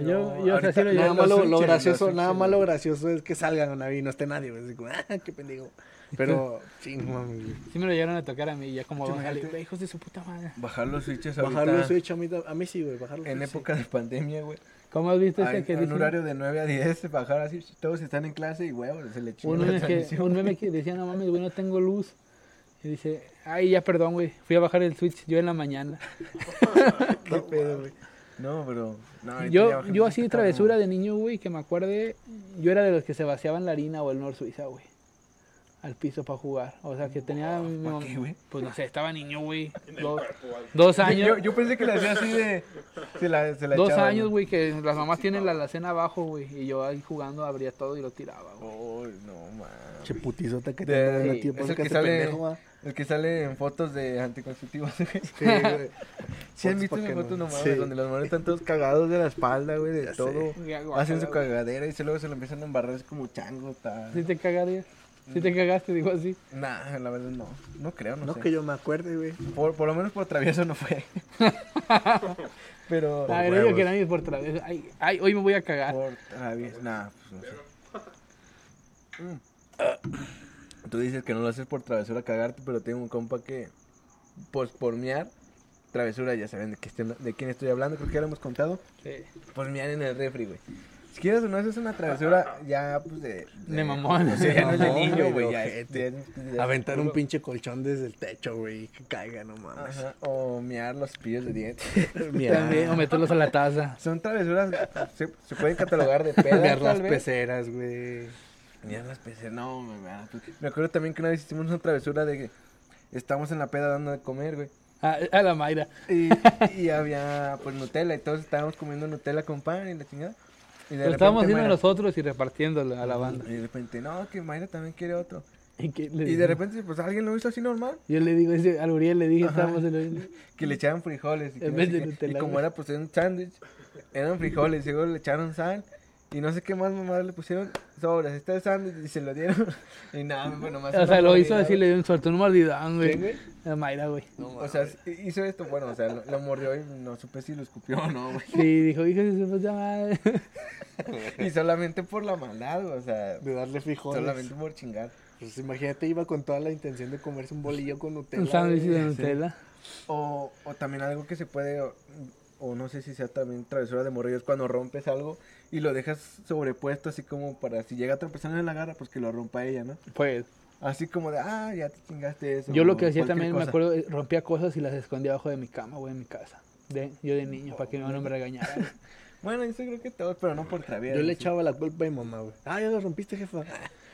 No,
yo, yo, o sea,
ahorita
sí
Pero
lo
Nada
ya
llevo.
más
los
lo, lo
switches,
gracioso,
los
nada
switches,
más lo
güey.
gracioso es que salgan a y no esté nadie, güey. Así como, ah, qué pendejo. Pero, sí, no mames. güey.
Pues
Sí me lo llegaron a tocar a mí, ya como
Mucho
Gonzalo,
mejor.
güey, hijos de su puta madre.
Bajar los switches ahorita,
Bajar los switch a mí, a mí sí, güey, bajar los
en
switch, sí.
época de pandemia, güey,
¿Cómo has visto
en,
ese que
en
dice?
horario de 9 a 10, bajar así, todos están en clase y, güey, se le chingó
Un
la
meme, que,
transmisión.
un meme que decía, no mames, güey, no tengo luz. Y dice, ay, ya perdón, güey, fui a bajar el switch yo en la mañana.
¿Qué pedo, güey? No, pero... no, ahorita ya
Yo,
bajamos
yo
ese
así de
cabrón.
travesura de niño, güey, que me acuerde, yo era de los que se vaciaban la harina o el Nor Suiza, güey, al piso para jugar. O sea, que tenía... mi
Oh, ¿pa'
mam-
qué, güey?
Pues no sé, estaba niño, güey.
En el
Dos,
cuerpo, algo.
dos
Sí,
años,
Yo, yo pensé que la hacía así de. Se la, se la
dos
echaba,
años,
¿no?
güey, que las mamás tienen la alacena abajo, güey, y yo ahí jugando abría todo y lo tiraba, güey.
Uy, no, man.
Che putizota que
De-
te anda dando
sí,
tiempo.
es el
que
que
este
sale-
pendejo, va.
El que sale en fotos de anticonceptivos, güey.
Sí, güey.
Sí, han
Fotos
visto
pa'
mis
que
fotos
no-
nomás,
Sí.
donde los manes están todos cagados de la espalda, güey, de
Ya sé.
todo.
Ya, guácala,
Hacen su
güey.
cagadera y se- luego se lo empiezan a embarrar así como chango, tal.
Si te cagarías. Si
Mm.
te cagaste, digo así.
Nah, la verdad no. No creo, no,
No
sé.
que yo me acuerde, güey.
Por, por lo menos por travieso no fue. Pero
Ah, era yo que nadie por travieso. Ay, ay, hoy me voy a cagar.
por travieso, nah, pues no sé. Mm. Tú dices que no lo haces por travesura cagarte, pero tengo un compa que, pues por miar, travesura, ya saben de, qué estoy- de quién estoy hablando, creo que ya lo hemos contado,
Sí.
por miar en el refri, güey. Si quieres o no, eso es una travesura ya, pues, de...
De mamón.
O sea, ya no es de
mamón, güey,
niño, güey,
de
ya es-
ojete.
ya es-
Aventar un pinche colchón desde el techo, güey. y Que caiga, no mames.
Ajá, o miar los pillos de dientes.
Mira.
También, o meterlos a la taza.
Son travesuras, se, se pueden catalogar de pedas,
Ver las
tal vez.
peceras, güey.
Mirar las peceras, no, me, me- me acuerdo también que una vez hicimos una travesura de que estábamos en la peda dando de comer, güey.
A, a la Mayra.
Y, y había, pues, Nutella y todos estábamos comiendo Nutella con pan y la chingada. Y de
Lo estábamos
repente,
haciendo
Mayra-
nosotros y repartiéndolo a la banda.
Y de repente, no, que Mayra también quiere otro.
¿Y, qué le
Y
digo?
de repente, pues, alguien lo hizo así normal,
Yo le digo, ese, al Uriel le dije, estábamos en el...
que le echaban frijoles. Y, que
En
no
vez
sé
de
qué.
Nutella,
Y como
güey.
era, pues, un sándwich, eran frijoles y luego le echaron sal. Y no sé qué más mamá le pusieron sobras. Este sándwich y se lo dieron. Y nada, bueno, más.
O sea, lo hizo así, le dio un suelto, un mordidón,
¿Qué,
güey.
güey?
A Mayra, güey.
O sea, hizo esto, bueno, o sea, lo, lo mordió y no supe si lo escupió o no, güey.
Sí, dijo, hijo de su puta madre.
Y solamente por la maldad, güey, o sea,
De darle frijoles.
solamente por chingar.
Pues imagínate, iba con toda la intención de comerse un bolillo con Nutella.
Un sándwich
güey.
de Nutella.
O, o también algo que se puede, o, o no sé si sea también travesura de morrillo, es cuando rompes algo y lo dejas sobrepuesto, así como para si llega otra persona en la garra, pues que lo rompa ella, ¿no?
Pues,
Así como de, ah, ya te chingaste eso.
yo lo
o
que hacía
cualquier
también, me
cosa.
acuerdo, eh, rompía cosas y las escondía abajo de mi cama, güey, en mi casa. De, yo de niño, para que mi mamá no me regañara. güey.
Bueno, eso creo que todo, pero no por travieso.
Yo le
sí.
echaba la culpa a mi mamá, güey. Ah, ya lo rompiste, jefa.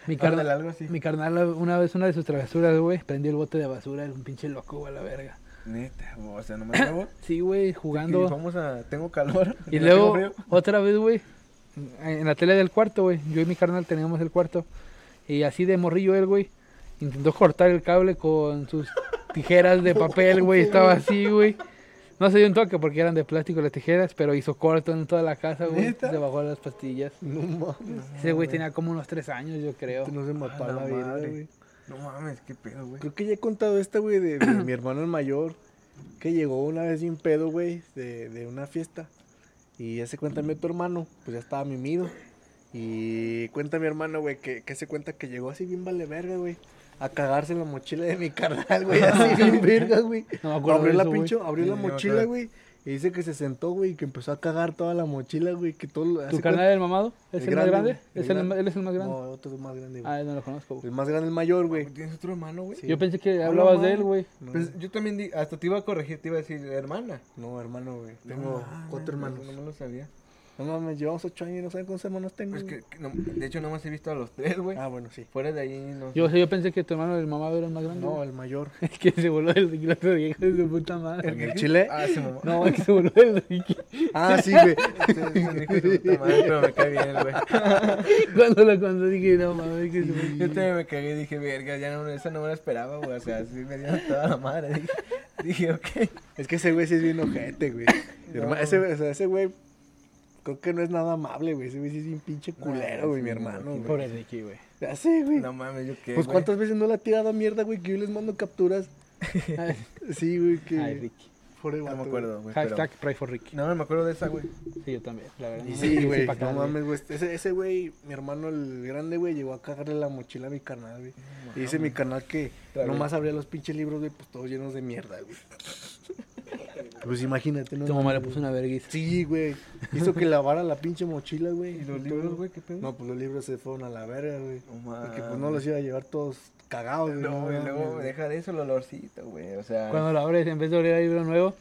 Mi
Ándale,
carnal,
algo así.
mi carnal, una vez, una de sus travesuras, güey, prendió el bote de basura, era un pinche loco, güey, a la verga.
Neta, o sea, no me atrevo.
Sí, güey,
Y
jugando.
vamos a, tengo calor.
Y
no
luego,
tengo frío.
otra vez, güey, en la tele del cuarto, güey. Yo y mi carnal teníamos el cuarto. Y así de morrillo él, güey, intentó cortar el cable con sus tijeras de papel, güey. Estaba así, güey. No se dio un toque porque eran de plástico las tijeras, pero hizo corto en toda la casa, güey.
¿Neta?
Se bajó a las pastillas.
No mames. este
Ese güey tenía como unos tres años, yo creo.
No se mató a
la
la vida,
madre.
güey.
No mames, qué pedo, güey.
Creo que ya he contado esta, güey, de, de mi hermano el mayor, que llegó una vez sin pedo, güey, de, de una fiesta. Y ya se cuenta mi otro hermano, pues ya estaba mimido. Y cuenta mi hermano, güey, que, que se cuenta que llegó así bien vale verga, güey. A cagarse en la mochila de mi carnal, güey. Así bien verga, güey.
No me acuerdo
abrió
de
la
eso, güey.
pinche, abrió
Sí,
la
sí, me
mochila,
acuerdo.
güey. Y dice que se sentó, güey, y que empezó a cagar toda la mochila, güey. Que todo.
¿Tu
hace
carnal
cuenta-
del mamado? ¿Es el,
el
más
grande,
grande?
güey, el
¿Es el,
grande.
¿Él es el más grande?
No, otro es más grande, güey.
Ah, no lo conozco, güey.
El más grande, el mayor, güey.
¿Tienes otro hermano, güey?
Sí.
Yo pensé que
Hola,
hablabas
madre.
de él, güey.
No,
Pues yo también, di- hasta te iba a corregir, te iba a decir hermana.
no, hermano, güey. Tengo
Ah,
cuatro
no,
hermanos.
No me lo sabía.
No mames, llevamos ocho años y no saben cuántos hermanos tengo.
Pues
güey.
que, que no- de hecho, nomás he visto a los tres, güey.
Ah, bueno, sí.
Fuera de ahí, no.
Yo, o sea, yo pensé que tu hermano del mamado era el más grande.
No,
güey.
el mayor.
Es que se voló del Ricky otro viejo de su puta
¿El
madre.
de Chile?
Ah, se mamó.
No, es que se voló del Ricky.
Ah, sí, güey.
Ese es un hijo de su puta madre, pero me cae bien, güey.
Cuando lo cuando dije, no mames, que se
Yo
voló.
también me cagué y dije, verga, ya no, esa no me la esperaba, güey. O sea, sí me dieron toda la madre. Dije, dije ok.
Es que ese güey sí es bien ojete, güey. Mi herma- ese, güey- o sea, ese güey creo que no es nada amable, güey. Ese güey sí es bien pinche culero,
No,
güey,
sí,
mi
me
hermano,
imagino.
güey.
Pobre Ricky, güey.
Ya sé, güey.
No mames, yo qué.
pues
güey.
cuántas veces no le ha tirado a mierda, güey, que yo les mando capturas.
Ah,
Sí, güey, que...
Ay, Ricky.
Pobre
No
vato,
me
güey.
acuerdo, güey. pero-
Hashtag pray for Ricky.
No, me acuerdo de esa, güey.
Sí, yo también, la verdad.
Y
no
sí,
me-
güey,
pa'
no
acá,
mames, güey. Ese, ese güey, mi hermano el grande, güey, llegó a cagarle la mochila a mi canal, güey. Y dice mi canal que
Está
nomás abría los pinches libros, güey, pues todos llenos de mierda, güey. Pues imagínate, ¿no?
Tu mamá le puso una verguiza.
Sí, güey. Hizo que lavara la pinche mochila, güey.
¿Y los
todo.
libros, güey? ¿Qué pedo?
No, pues los libros se fueron a la verga, güey.
No
Porque pues
mames.
no los iba a llevar todos cagados, güey.
No, y
mames,
luego
güey.
deja de eso el olorcito, güey. O sea,
Cuando lo abres, en vez de oler el libro nuevo,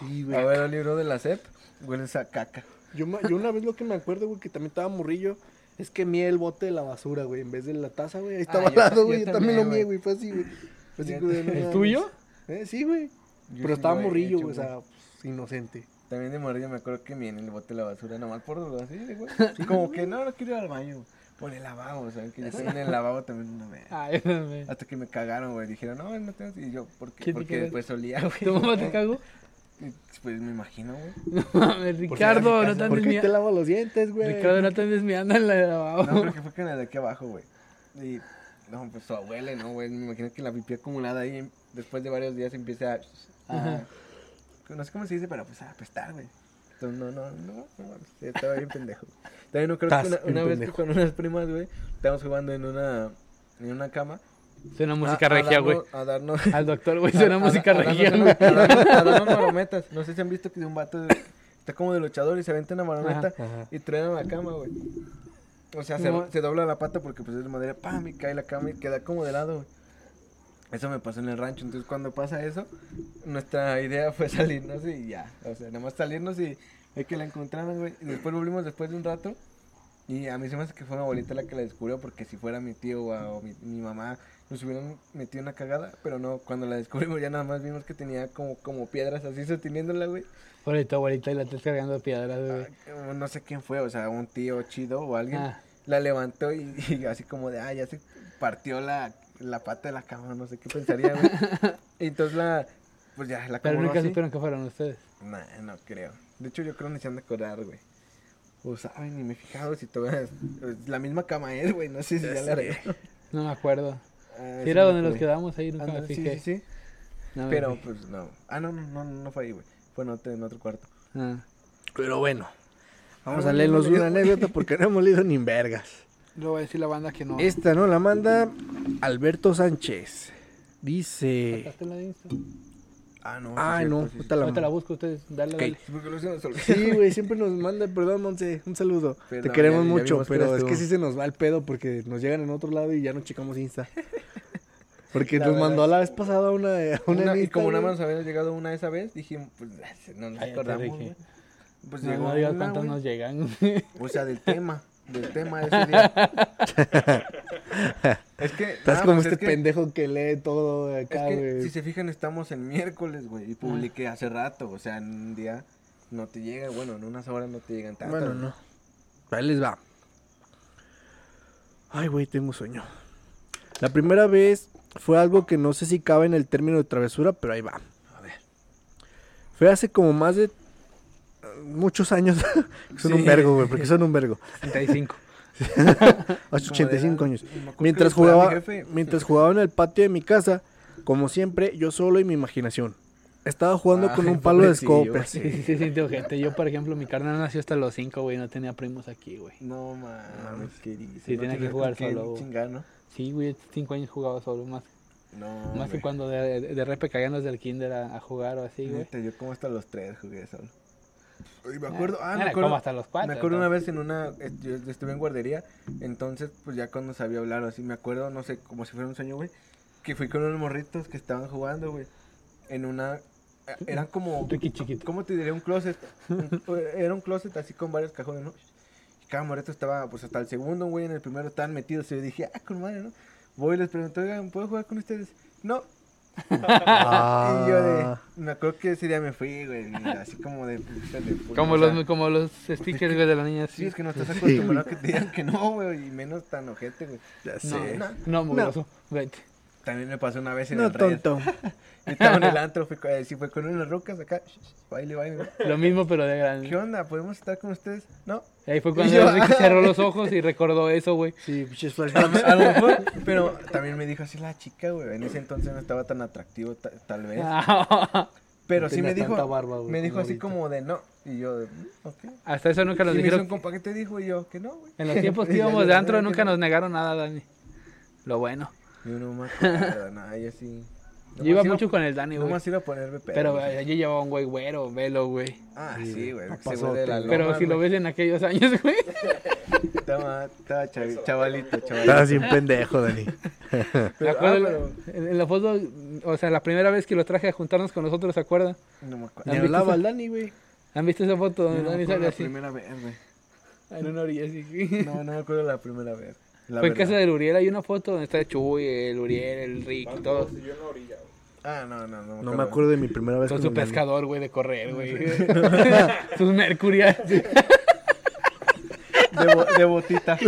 Sí,
a
güey.
ver el libro de la SEP, huele esa caca.
Yo, me- yo una vez lo que me acuerdo, güey, que también estaba morrillo, es que mié el bote de la basura, güey, en vez de la taza, güey. Ahí estaba
Ah,
al
yo-
lado,
yo
güey. Yo, también
también,
lo mié,
güey.
güey. Fue así, güey. Fue así,
Yo
güey, no
¿el
mames.
tuyo?
Eh, sí, güey.
Yo
Pero
sí
estaba
lo he
morrillo,
hecho,
güey, o sea, pues, inocente.
También de morrillo me acuerdo que me en el bote de la basura, nomás por dudas, ¿sí, güey. Como que no, no quiero ir al baño. Por el lavabo, ¿saben? Que yo tenía en el lavabo también una vez.
Ay, me-
Hasta que me cagaron, güey. Dijeron, no, no tengo. Y yo, ¿por qué?
¿Quién te
Porque
cagó?
después olía, güey.
¿Tu mamá te cagó?
Y, Pues me imagino, güey.
Mames, Ricardo, no tan
¿Por qué te
desmiando.
lavo los dientes, güey?
Ricardo, no tan desmiando en la de lavabo.
No, creo que fue con la de aquí abajo, güey. Y, no, pues su abuela, ¿no, güey? Me imagino que la pipí acumulada ahí, después de varios días empieza a... a- no sé cómo se dice, pero pues a apestar, güey. Entonces, no, no, no, no, mames, sí, estaba bien pendejo. También no creo
Estás
que una,
bien
una vez que
pendejo.
con unas primas, güey, estábamos jugando en una, en una cama.
Suena
A-
música
a
regia, güey.
darnos- A darnos...
Al doctor, güey,
a-
suena
a-
música
a darnos-
regia,
a
güey.
darnos- a darnos marometas. No sé si han visto que de un vato de- está como de luchador y se aventa una marometa
ajá.
y truena la cama, güey. O sea, se,
No.
se dobla la pata porque pues es de madera, pam, y cae la cama y queda como de lado, güey. Eso me pasó en el rancho, entonces cuando pasa eso, nuestra idea fue salirnos y ya. O sea, nada más salirnos y es que la encontraron, güey. Y después volvimos después de un rato y a mí se me hace que fue una abuelita la que la descubrió porque si fuera mi tío o, a- o mi, mi mamá nos hubieran metido una cagada, pero no, cuando la descubrimos ya nada más vimos que tenía como, como piedras así sosteniéndola, güey.
Pobre tu abuelita y la estás cargando piedras, güey.
Ah, No sé quién fue, o sea, un tío chido o alguien
Ah.
la levantó y, y así como de, ah, ya se partió la, la pata de la cama, no sé qué pensaría, güey. Y entonces la, pues ya, la
Pero
acomodó
nunca
así.
supieron que fueron ustedes.
Nah, no creo. De hecho, yo creo que ni se han de acordar, güey. O saben, ni me he fijado si todavía es- es la misma cama es, güey, no sé si ya, la arregló.
No me acuerdo.
Ah,
Si
sí
era
me
donde nos
acordé.
quedamos ahí, nunca me
Ándale, sí,
fijé.
sí, sí.
No me
Pero
fijé.
pues no. Ah, no, no, no, no fue ahí, güey. Fue en otro, en otro cuarto.
Ah.
Pero bueno, vamos
Ah,
a leernos
no, no,
una
no.
anécdota porque no hemos leído ni vergas.
Luego va a decir la banda que no.
Esta no la manda Alberto Sánchez. Dice.
¿Sacaste la de Insta?
Ah, no. sí,
Ah,
cierto,
no,
sí, sí.
puta la
Ahorita la busco ustedes. Dale,
Ok.
dale.
Sí, porque luego se nos olvida.
Sí, güey, siempre nos manda, perdón, Monse, un saludo.
Perdón,
Te queremos
ya- ya
mucho,
vimos que
pero
eras
es
tú.
que sí se nos va el pedo porque nos llegan en otro lado y ya no checamos Insta. Porque
La
nos
verdad.
mandó la vez pasada una, una,
Una-
en
y
Insta,
como nada
güey.
más nos había llegado una esa vez, dijimos, pues no nos
Ay, ya te
acordamos.
dije.
güey. Pues
No,
llegó
no digas
una,
cuántas
güey.
nos llegan.
O sea, del tema, del tema de ese día. es que.
Estás
ah,
como
pues,
este
es que-
pendejo que lee todo de
Es
acá,
que,
güey.
si se fijan, estamos en miércoles, güey, y
Ah.
publiqué hace rato, o sea, en un día no te llega, bueno, en unas horas no te llegan tanto.
Bueno, no. Ahí les va. Ay, güey, tengo sueño. La primera vez fue algo que no sé si cabe en el término de travesura, pero ahí va. A ver. Fue hace como más de eh, muchos años. son un vergo, güey, porque son un vergo.
35.
Hace 85
de- "Ah,
años.
me acuerdo que
Mientras
le fue a mi
jugaba,
jefe.
mientras jugaba en el patio de mi casa, como siempre, yo solo y mi imaginación. Estaba jugando con
Ay,
un palo de
pobrecillo.
escopas.
Sí, sí, sí, siento gente. Yo, por ejemplo, mi carnal nació hasta los 5, güey. No tenía primos aquí, güey.
No mames, querido.
Sí,
no
tenía que
tienes
jugar
con qué
solo, güey.
chingar, ¿no?
Sí, güey, 5 años jugaba solo. Más,
No.
más que
güey.
cuando de, de, de repe caían los del kinder a, a jugar o así, güey.
Neta, yo como hasta los tres jugué solo. Y me
Ah,
acuerdo, ah, me
era
acuerdo.
como hasta los cuatro,
me acuerdo una
entonces.
vez en una, est- yo estuve en guardería, entonces pues ya cuando sabía hablar o así, me acuerdo, no sé, como si fuera un sueño, güey, que fui con unos morritos que estaban jugando, güey, en una, eh, eran como,
Ricky chiquito.
¿cómo te diré? Un closet, Un- eh, era un closet así con varios cajones, ¿no? Y cada morrito estaba, pues hasta el segundo, güey, en el primero estaban metidos, y yo dije, ah, con madre, ¿no? Voy y les pregunto, oigan, ¿puedo jugar con ustedes? No,
Ah.
y yo de, me acuerdo que ese día me fui, güey, y así como de, puta de puta,
Como
o sea,
los, como los stickers, güey, de la niña.
Sí,
Sí,
es que no estás acostumbrado a que te digan que no, güey, y menos tan ojete, güey.
Ya
No,
sé.
no, no, mugroso. Vete.
También me pasó una vez en
No,
el Reyes.
tonto.
Yo Estaba en el antro, fui, con- eh, sí, fue con unas rocas acá, sh- sh- baile, baile. ¿no?
Lo mismo, pero de
¿Qué
grande.
onda? ¿Podemos estar con ustedes? No.
Ahí fue
Y
cuando
yo-
Ricky cerró los ojos y recordó eso, güey.
Sí, pinches
A
flashbacks.
lo- a lo mejor, pero también me dijo así la chica, güey. En ese entonces no estaba tan atractivo, ta- tal vez. ¿Eh?
Ah,
pero
no
sí me
tenía
dijo,
tanta barba, güey,
me dijo
como
así
ahorita.
como de no. Y yo, de, "Mm, ok.
Hasta eso nunca nos
Y me hizo
dijeron.
un compa, ¿qué te dijo? Y yo, que no, güey.
En los tiempos que
Y ya
íbamos
le
de
dije
antro
que
nunca
no.
nos negaron nada, Dani. Lo bueno.
Yo no me acuerdo, nada, yo sí.
Yo iba
Nomás iba-
mucho con el Dani, güey.
Nomás iba a ponerme pedo.
Pero
güey.
eh, yo llevaba un güey güero, velo, güey.
Ah, sí, güey.
No
ese güey
pasó,
de la
tío.
Pero
loma,
si lo
güey.
ves en aquellos años, güey.
Estaba, estaba chavi- chavalito, chavalito.
Estabas bien pendejo, Dani.
Ah, Me
Pero-
acuerdo
ah,
en, en la foto, o sea, la primera vez que lo traje a juntarnos con nosotros, ¿se acuerdan?
No me acuerdo.
Le
¿Han visto
hablaba
esa-
al Dani, güey.
¿Han visto esa foto
Yo
donde
no me
Dani
acuerdo
sale
la
así?
primera vez, güey.
En una orilla así. güey.
No, no me acuerdo la primera vez. La
Fue en
verdad.
casa de Uriel, hay una foto donde está Chuy, el Uriel, el Rick, todos.
Y yo en la orilla, güey.
Ah, no, no, no.
No me acuerdo de mi primera vez
Con
con
su
el Dani.
pescador, güey, de correr, güey. Sus mercurias.
De, bo- de botita.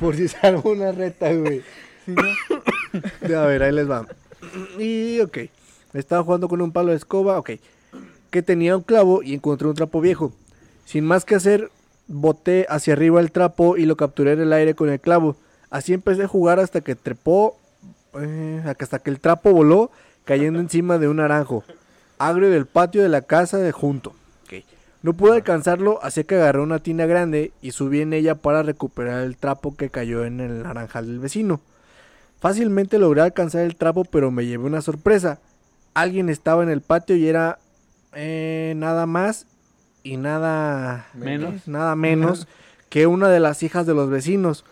Por si salgo una reta, güey.
Sí, ¿no?
De- A ver, ahí les va. Y, ok. Estaba jugando con un palo de escoba, ok. Que tenía un clavo y encontré un trapo viejo. Sin más que hacer, boté hacia arriba el trapo y lo capturé en el aire con el clavo. Así empecé a jugar hasta que trepó, eh, hasta que el trapo voló, cayendo encima de un naranjo. Agrio del patio de la casa de junto. Ok. No pude alcanzarlo, así que agarré una tina grande y subí en ella para recuperar el trapo que cayó en el naranjal del vecino. Fácilmente logré alcanzar el trapo, pero me llevé una sorpresa. Alguien estaba en el patio y era eh, nada más y nada
Menos.
nada menos que una de las hijas de los vecinos.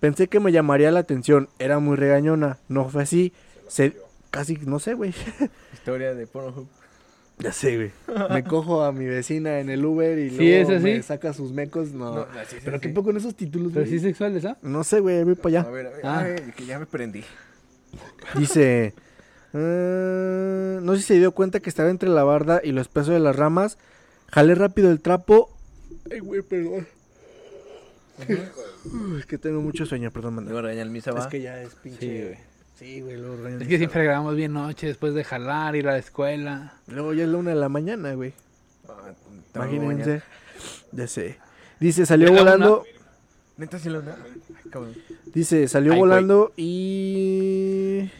Pensé que me llamaría la atención, era muy regañona, no fue así. Se, casi no sé, güey.
Historia de Pornhub.
Ya sé, güey. Me cojo a mi vecina en el Uber y
Sí,
luego
es así.
me saca sus mecos, no.
No, así es,
pero qué
así.
poco en esos títulos,
Pero
güey.
sí sexuales, ¿ah?
No sé, güey, voy para
A
allá.
ver, a ver.
Ah.
ay, que ya me prendí.
Dice. "Ah, no sé si se dio cuenta que estaba entre la barda y lo espeso de las ramas. Jalé rápido el trapo. Ay, güey, perdón. Uy, es que tengo mucho sueño, perdón, manda.
Luego regaña el misa,
Es
va.
que ya es
Sí,
pinche.
güey.
Sí, güey, luego regañan
Es
mis
que
cabros.
siempre grabamos bien noche después de jalar, ir a la escuela.
Luego ya es la una de la mañana, güey.
Ah, te vamos a bañar.
Imagínense. Ya sé. Dice, salió
¿Es la
volando.
Neta, sí la una. Ay, cabrón.
Dice, salió
Ay, güey.
volando y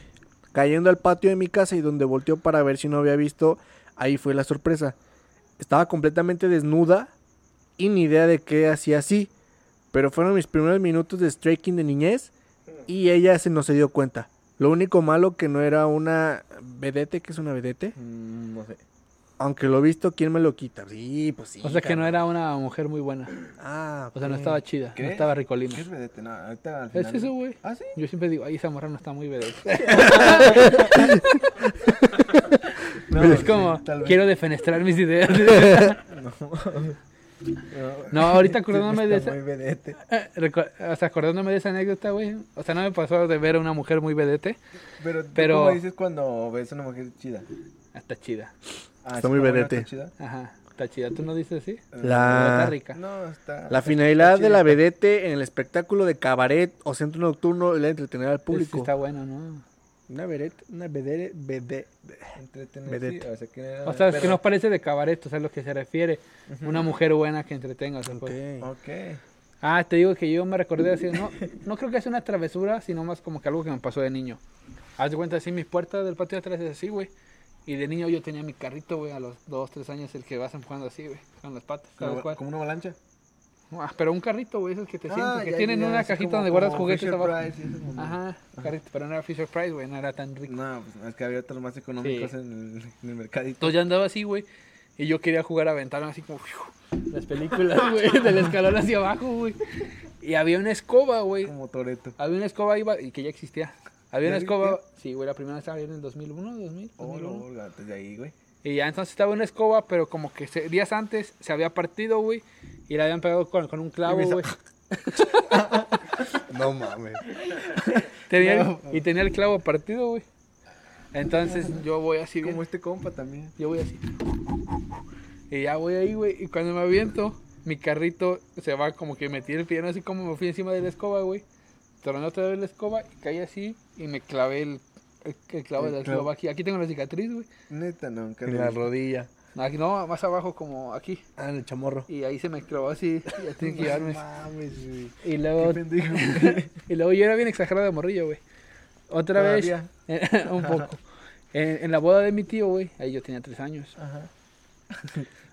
cayendo al patio de mi casa y donde volteó para ver si no había visto, ahí fue la sorpresa. Estaba completamente desnuda y ni idea de qué hacía así, pero fueron mis primeros minutos de striking de niñez y ella se no se dio cuenta. Lo único malo que no era una vedete, que es una vedete,
Mm, no sé.
aunque lo visto, ¿quién me lo quita? Sí, pues sí.
O sea que no
cabrón.
era una mujer muy buena.
Ah,
O sea, no
ok.
estaba chida, no
¿Qué?
estaba
¿Qué
ricolina.
es vedete? No, ahorita al
Es
final.
eso, güey.
¿Ah, sí?
Yo siempre digo, ay, esa morra no está muy vedette.
No,
Pero es
sí,
como,
tal vez.
quiero defenestrar mis ideas. No, ahorita acordándome de
Está
esa-
muy vedete.
Eh, recu- o sea, acordándome de esa anécdota, güey. O sea, no me pasó de ver a una mujer muy vedete.
Pero, ¿tú
Pero-
¿cómo dices cuando ves una mujer chida?
Está chida.
Ah,
Está
¿sí
muy
una mujer
vedete.
está chida? Ah,
Ajá, está chida. ¿Tú no dices así? Pero Está
La...
rica.
No, está.
La
está
finalidad de la
chida.
vedette en el espectáculo de cabaret o centro nocturno es la de entretener al
Sí
público.
está bueno, ¿no?
Una vedette, una vedere- vede-
Entretener,
vedete.
sí, o sea, que era
O sea, es
perra.
que nos parece de cabaret, o sea, a lo que se refiere. Una mujer buena que entretenga. o sea, pues.
Ok.
Ah, te digo que yo me recordé así, no, no creo que sea una travesura, sino más como que algo que me pasó de niño. Haz de cuenta, así mis puertas del patio de atrás es así, güey. Y de niño yo tenía mi carrito, güey, a los dos, tres años, el que vas empujando así, güey, con las patas. tal cual.
Como, como una avalancha.
Ah, pero un carrito, güey, esos que te sientas,
Ah,
que
ya,
tienen
ya,
una
así
cajita
como-
donde guardas
como
juguetes
Fisher
abajo.
Price y esas mamadas.
Ajá, carrito, pero no era Fisher Price, güey, no era tan rico.
No, pues es que había otros más económicos en, el, en el mercadito.
Entonces yo andaba así, güey. Y yo quería jugar a aventarme así como ¡fiu! las películas, güey, del escalón hacia abajo, güey. Y había una escoba, güey.
Como Toreto.
Había una escoba ahí va- y que ya existía. Había
¿Ya
una escoba,
existía?
sí, güey, la primera estaba en el 2001, 2000,
Oh,
2001.
no, antes de ahí, güey.
Y ya entonces estaba una escoba, pero como que se- días antes se había partido, güey, y la habían pegado con, con un clavo,
Y me sa-
güey.
No mames.
Tenía el- Y tenía el clavo partido, güey. Entonces yo voy así bien.
Como este compa también.
Yo voy así. Y ya voy ahí, güey. Y cuando me aviento, mi carrito se va como que metí el pie, no así como me fui encima de la escoba, güey. Tornó otra vez la escoba y caí así y me clavé el, el- el clavo
El
de la
clavo.
escoba aquí. Aquí tengo la cicatriz, güey.
Neta, no, nunca
En
lo
la
vi.
rodilla.
No, Aquí, no, más abajo como aquí.
Ah, en el chamorro.
Y ahí se me clavó así. Y ya tiene que llevarme.
mames, güey.
Y
Qué
luego,
pendejo.
y luego yo era bien exagerado de morrillo, güey. Otra
Todavía.
vez, un poco. En, en la boda de mi tío, güey, ahí yo tenía tres años.
Ajá.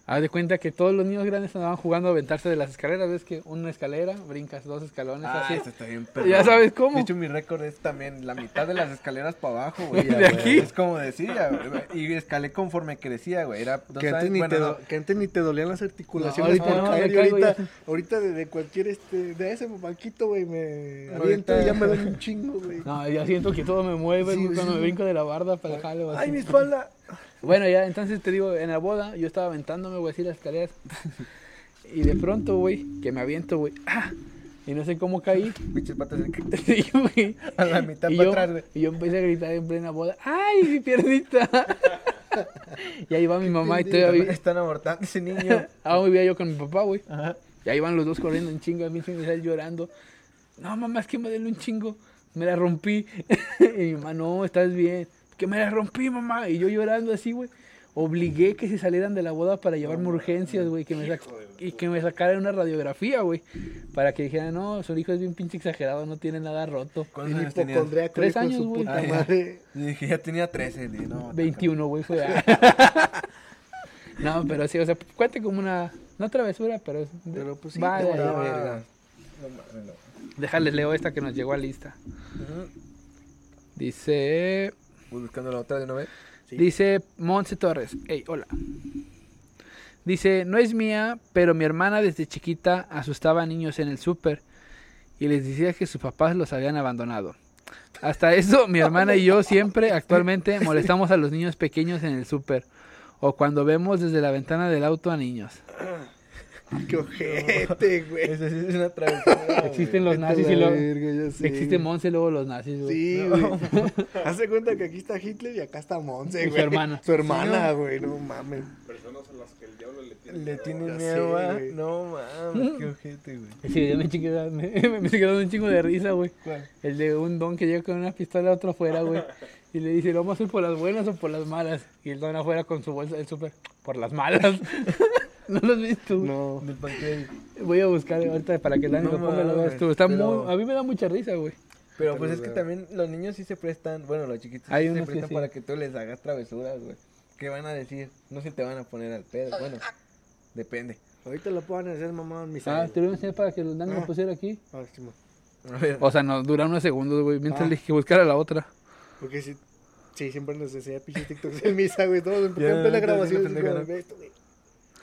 Haz de cuenta que todos los niños grandes andaban jugando a aventarse de las escaleras. Ves que una escalera, brincas dos escalones
Ah,
así.
esto está bien
Ya
perrón.
sabes cómo.
De hecho, mi récord es también la mitad de las escaleras para abajo, güey.
¿De
Ya, güey.
aquí?
Es como decía, güey. Y escalé conforme crecía, güey. Era dos
Que antes,
años-
ni
bueno,
te
no.
do- que antes ni te dolían las articulaciones
ahorita
por
no,
caer.
me
y
caigo
ahorita,
ya.
ahorita de, de cualquier este, de ese banquito, güey, me
Ahorita-
aviento y ya me dan un chingo, güey.
No, ya siento que todo me mueve
Sí,
güey, cuando
sí.
me brinco de la barda para el jale, güey,
Ay,
así.
mi espalda.
Bueno, ya, entonces te digo, en la boda yo estaba aventándome, güey, así las escaleras. y de pronto, güey, que me aviento, güey. ¡Ah! Y no sé cómo caí.
Pinches patas de-
Sí, güey.
a la mitad
Y
para
yo,
atrás, güey.
y yo empecé a gritar en plena boda, ¡ay, mi piernita! Y ahí va mi mamá y todavía vi-
Están abortando ese niño.
Ah, vivía yo con mi papá, güey.
Ajá.
Y ahí van los dos corriendo en chinga, pinche Misael llorando. No, mamá, es que me duele un chingo. Me la rompí. y mi mamá, no, estás bien. Que me la rompí, mamá. Y yo llorando así, güey. Obligué que se salieran de la boda para llevarme urgencias, güey. Que me sac- y que me sacaran una radiografía, güey. Para que dijeran, no, su hijo es bien pinche exagerado, no tiene nada roto.
¿Cuántos años tenías?
hipocondríaco,
Tres
hijo de
años,
su
güey.
puta
Ah, ya.
madre.
Y dije, ya tenía 13. le dije, no,
21, güey, fue. no, pero sí, o sea, cuente como una. No travesura, pero.
Pero pues sí,
Vale,
te
vale,
gustaba.
verga.
No mames, no.
Déjales leo esta que nos llegó a lista.
Ujú.
Dice.
Voy buscando la otra de una vez.
Sí.
Dice Monse Torres. Hey, hola. Dice, no es mía, pero mi hermana desde chiquita asustaba a niños en el súper y les decía que sus papás los habían abandonado. Hasta eso, mi hermana y yo siempre actualmente molestamos a los niños pequeños en el súper o cuando vemos desde la ventana del auto a niños.
Qué ojete, güey.
Esa sí es una travesura.
Existen
güey.
los nazis y
Vete a la
luego...
verga, ya sé.
Existe Monse y luego los nazis. güey.
Este Sí, güey. Hace cuenta que aquí está Hitler y acá está Monse,
Y su
güey.
hermana.
Su hermana, güey. No mames.
Personas a las que el diablo le tiene.
Le
miedo.
tiene
Ya
miedo,
sé,
ah.
güey.
No mames, qué ojete, güey.
Sí, yo me, chingué- me, me quedó un chingo de risa, güey.
¿Cuál?
El de un don que llega con una pistola a otro afuera, güey. Y le dice, ¿lo vamos a ir por las buenas o por las malas? Y el don afuera con su bolsa del súper, por las malas. no lo has visto. güey.
No.
Del panqueque.
Voy a buscar ahorita para que el año
No
lo ponga, lo veas
mames,
tú. Está
pero-
muy, a mí me da mucha risa, güey.
Pero pues es que también los niños sí se prestan, bueno, los chiquitos
Hay
sí se
unos que
prestan
sí.
para que tú les hagas travesuras, güey. ¿Qué van a decir? No se te van a poner al pedo, bueno, depende.
Ahorita lo pueden hacer, mamá, mis
Ah, te lo voy a enseñar para que los danos lo
Ah.
pusiera aquí.
Ah, sí, ma.
A ver,
O sea, nos dura unos segundos, güey, mientras
Ah.
le dije que buscara la otra.
Porque sí, sí, siempre nos enseña pinches TikToks del misa, güey. Todos en
Ya,
en plena
ya,
grabación.
ya,
así
ya,
como,
ya.
"Ve esto, güey".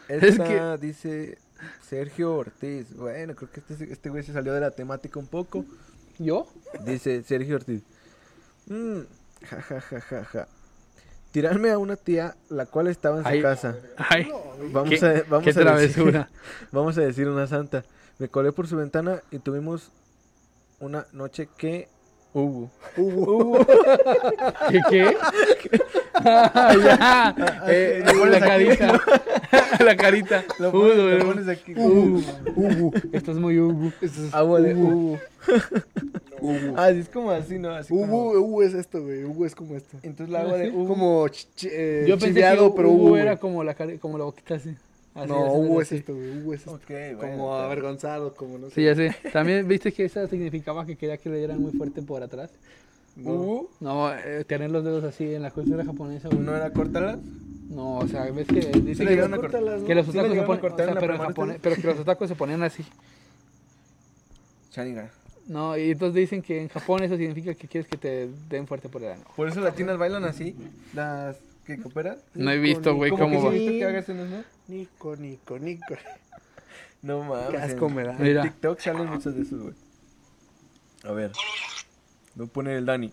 esta
es que-
dice Sergio Ortiz. Bueno, creo que este, este güey se salió de la temática un poco.
¿Yo?
Dice Sergio Ortiz. Mm, ja, ja, ja, ja, ja. Tirarme a una tía la cual estaba en su
Ay.
casa.
Ay,
Vamos
qué-
a, vamos
qué
a decir-
travesura.
Vamos a decir una santa. Me colé por su ventana y tuvimos una noche que hubo.
¿Qué qué? ah, ya. Eh,
lo pones
la
aquí,
carita. la carita.
Lo
Uh,
pones, lo
güey.
pones aquí.
Uh, Esto es muy Hugo.
Eso es-
Agua de
Ubu.
hubo.
Ubu.
Ah, sí, es como así, ¿no? Así como-
Ubu, Ubu es esto, güey. Ubu es como esto.
Entonces la agua de hubo.
Como ch- ch- eh,
Yo pensé que
chiveado, pero
Hugo
Ubu.
era
güey.
como la, cari- como la boquita así. Así,
No,
así,
Ubu es
así.
esto, güey. Ubu es esto.
Ok, bueno,
Como
está.
avergonzado, como no sé.
Sí, ya sé. También viste que esa significaba que quería que le dieran muy fuerte por atrás.
No.
Hubo.
No, eh, tener los dedos así en la cultura japonesa, güey.
¿No era cortarla?
No, o sea, ves que dice
le
que,
llegaron a
los-
cortar.
Córtalas, ¿no?
que los
Sí le
otakus se
llegaron a
ponen, o
cortar
sea,
en la
pero, en
primaria
Japón-
también.
pero que los otakus se ponían así.
Chaniga.
No, y entonces dicen que en Japón eso significa que quieres que te den fuerte por el ano.
Por eso las tinas bailan así. Las que cooperan.
No he visto, güey,
¿Cómo
cómo
que
va.
sí viste que hagas en eso?
Nico, Nico, Nico.
No mames.
Qué asco me da.
En
Mira.
TikTok salen muchos de esos, güey. A ver. Voy a poner el Dani.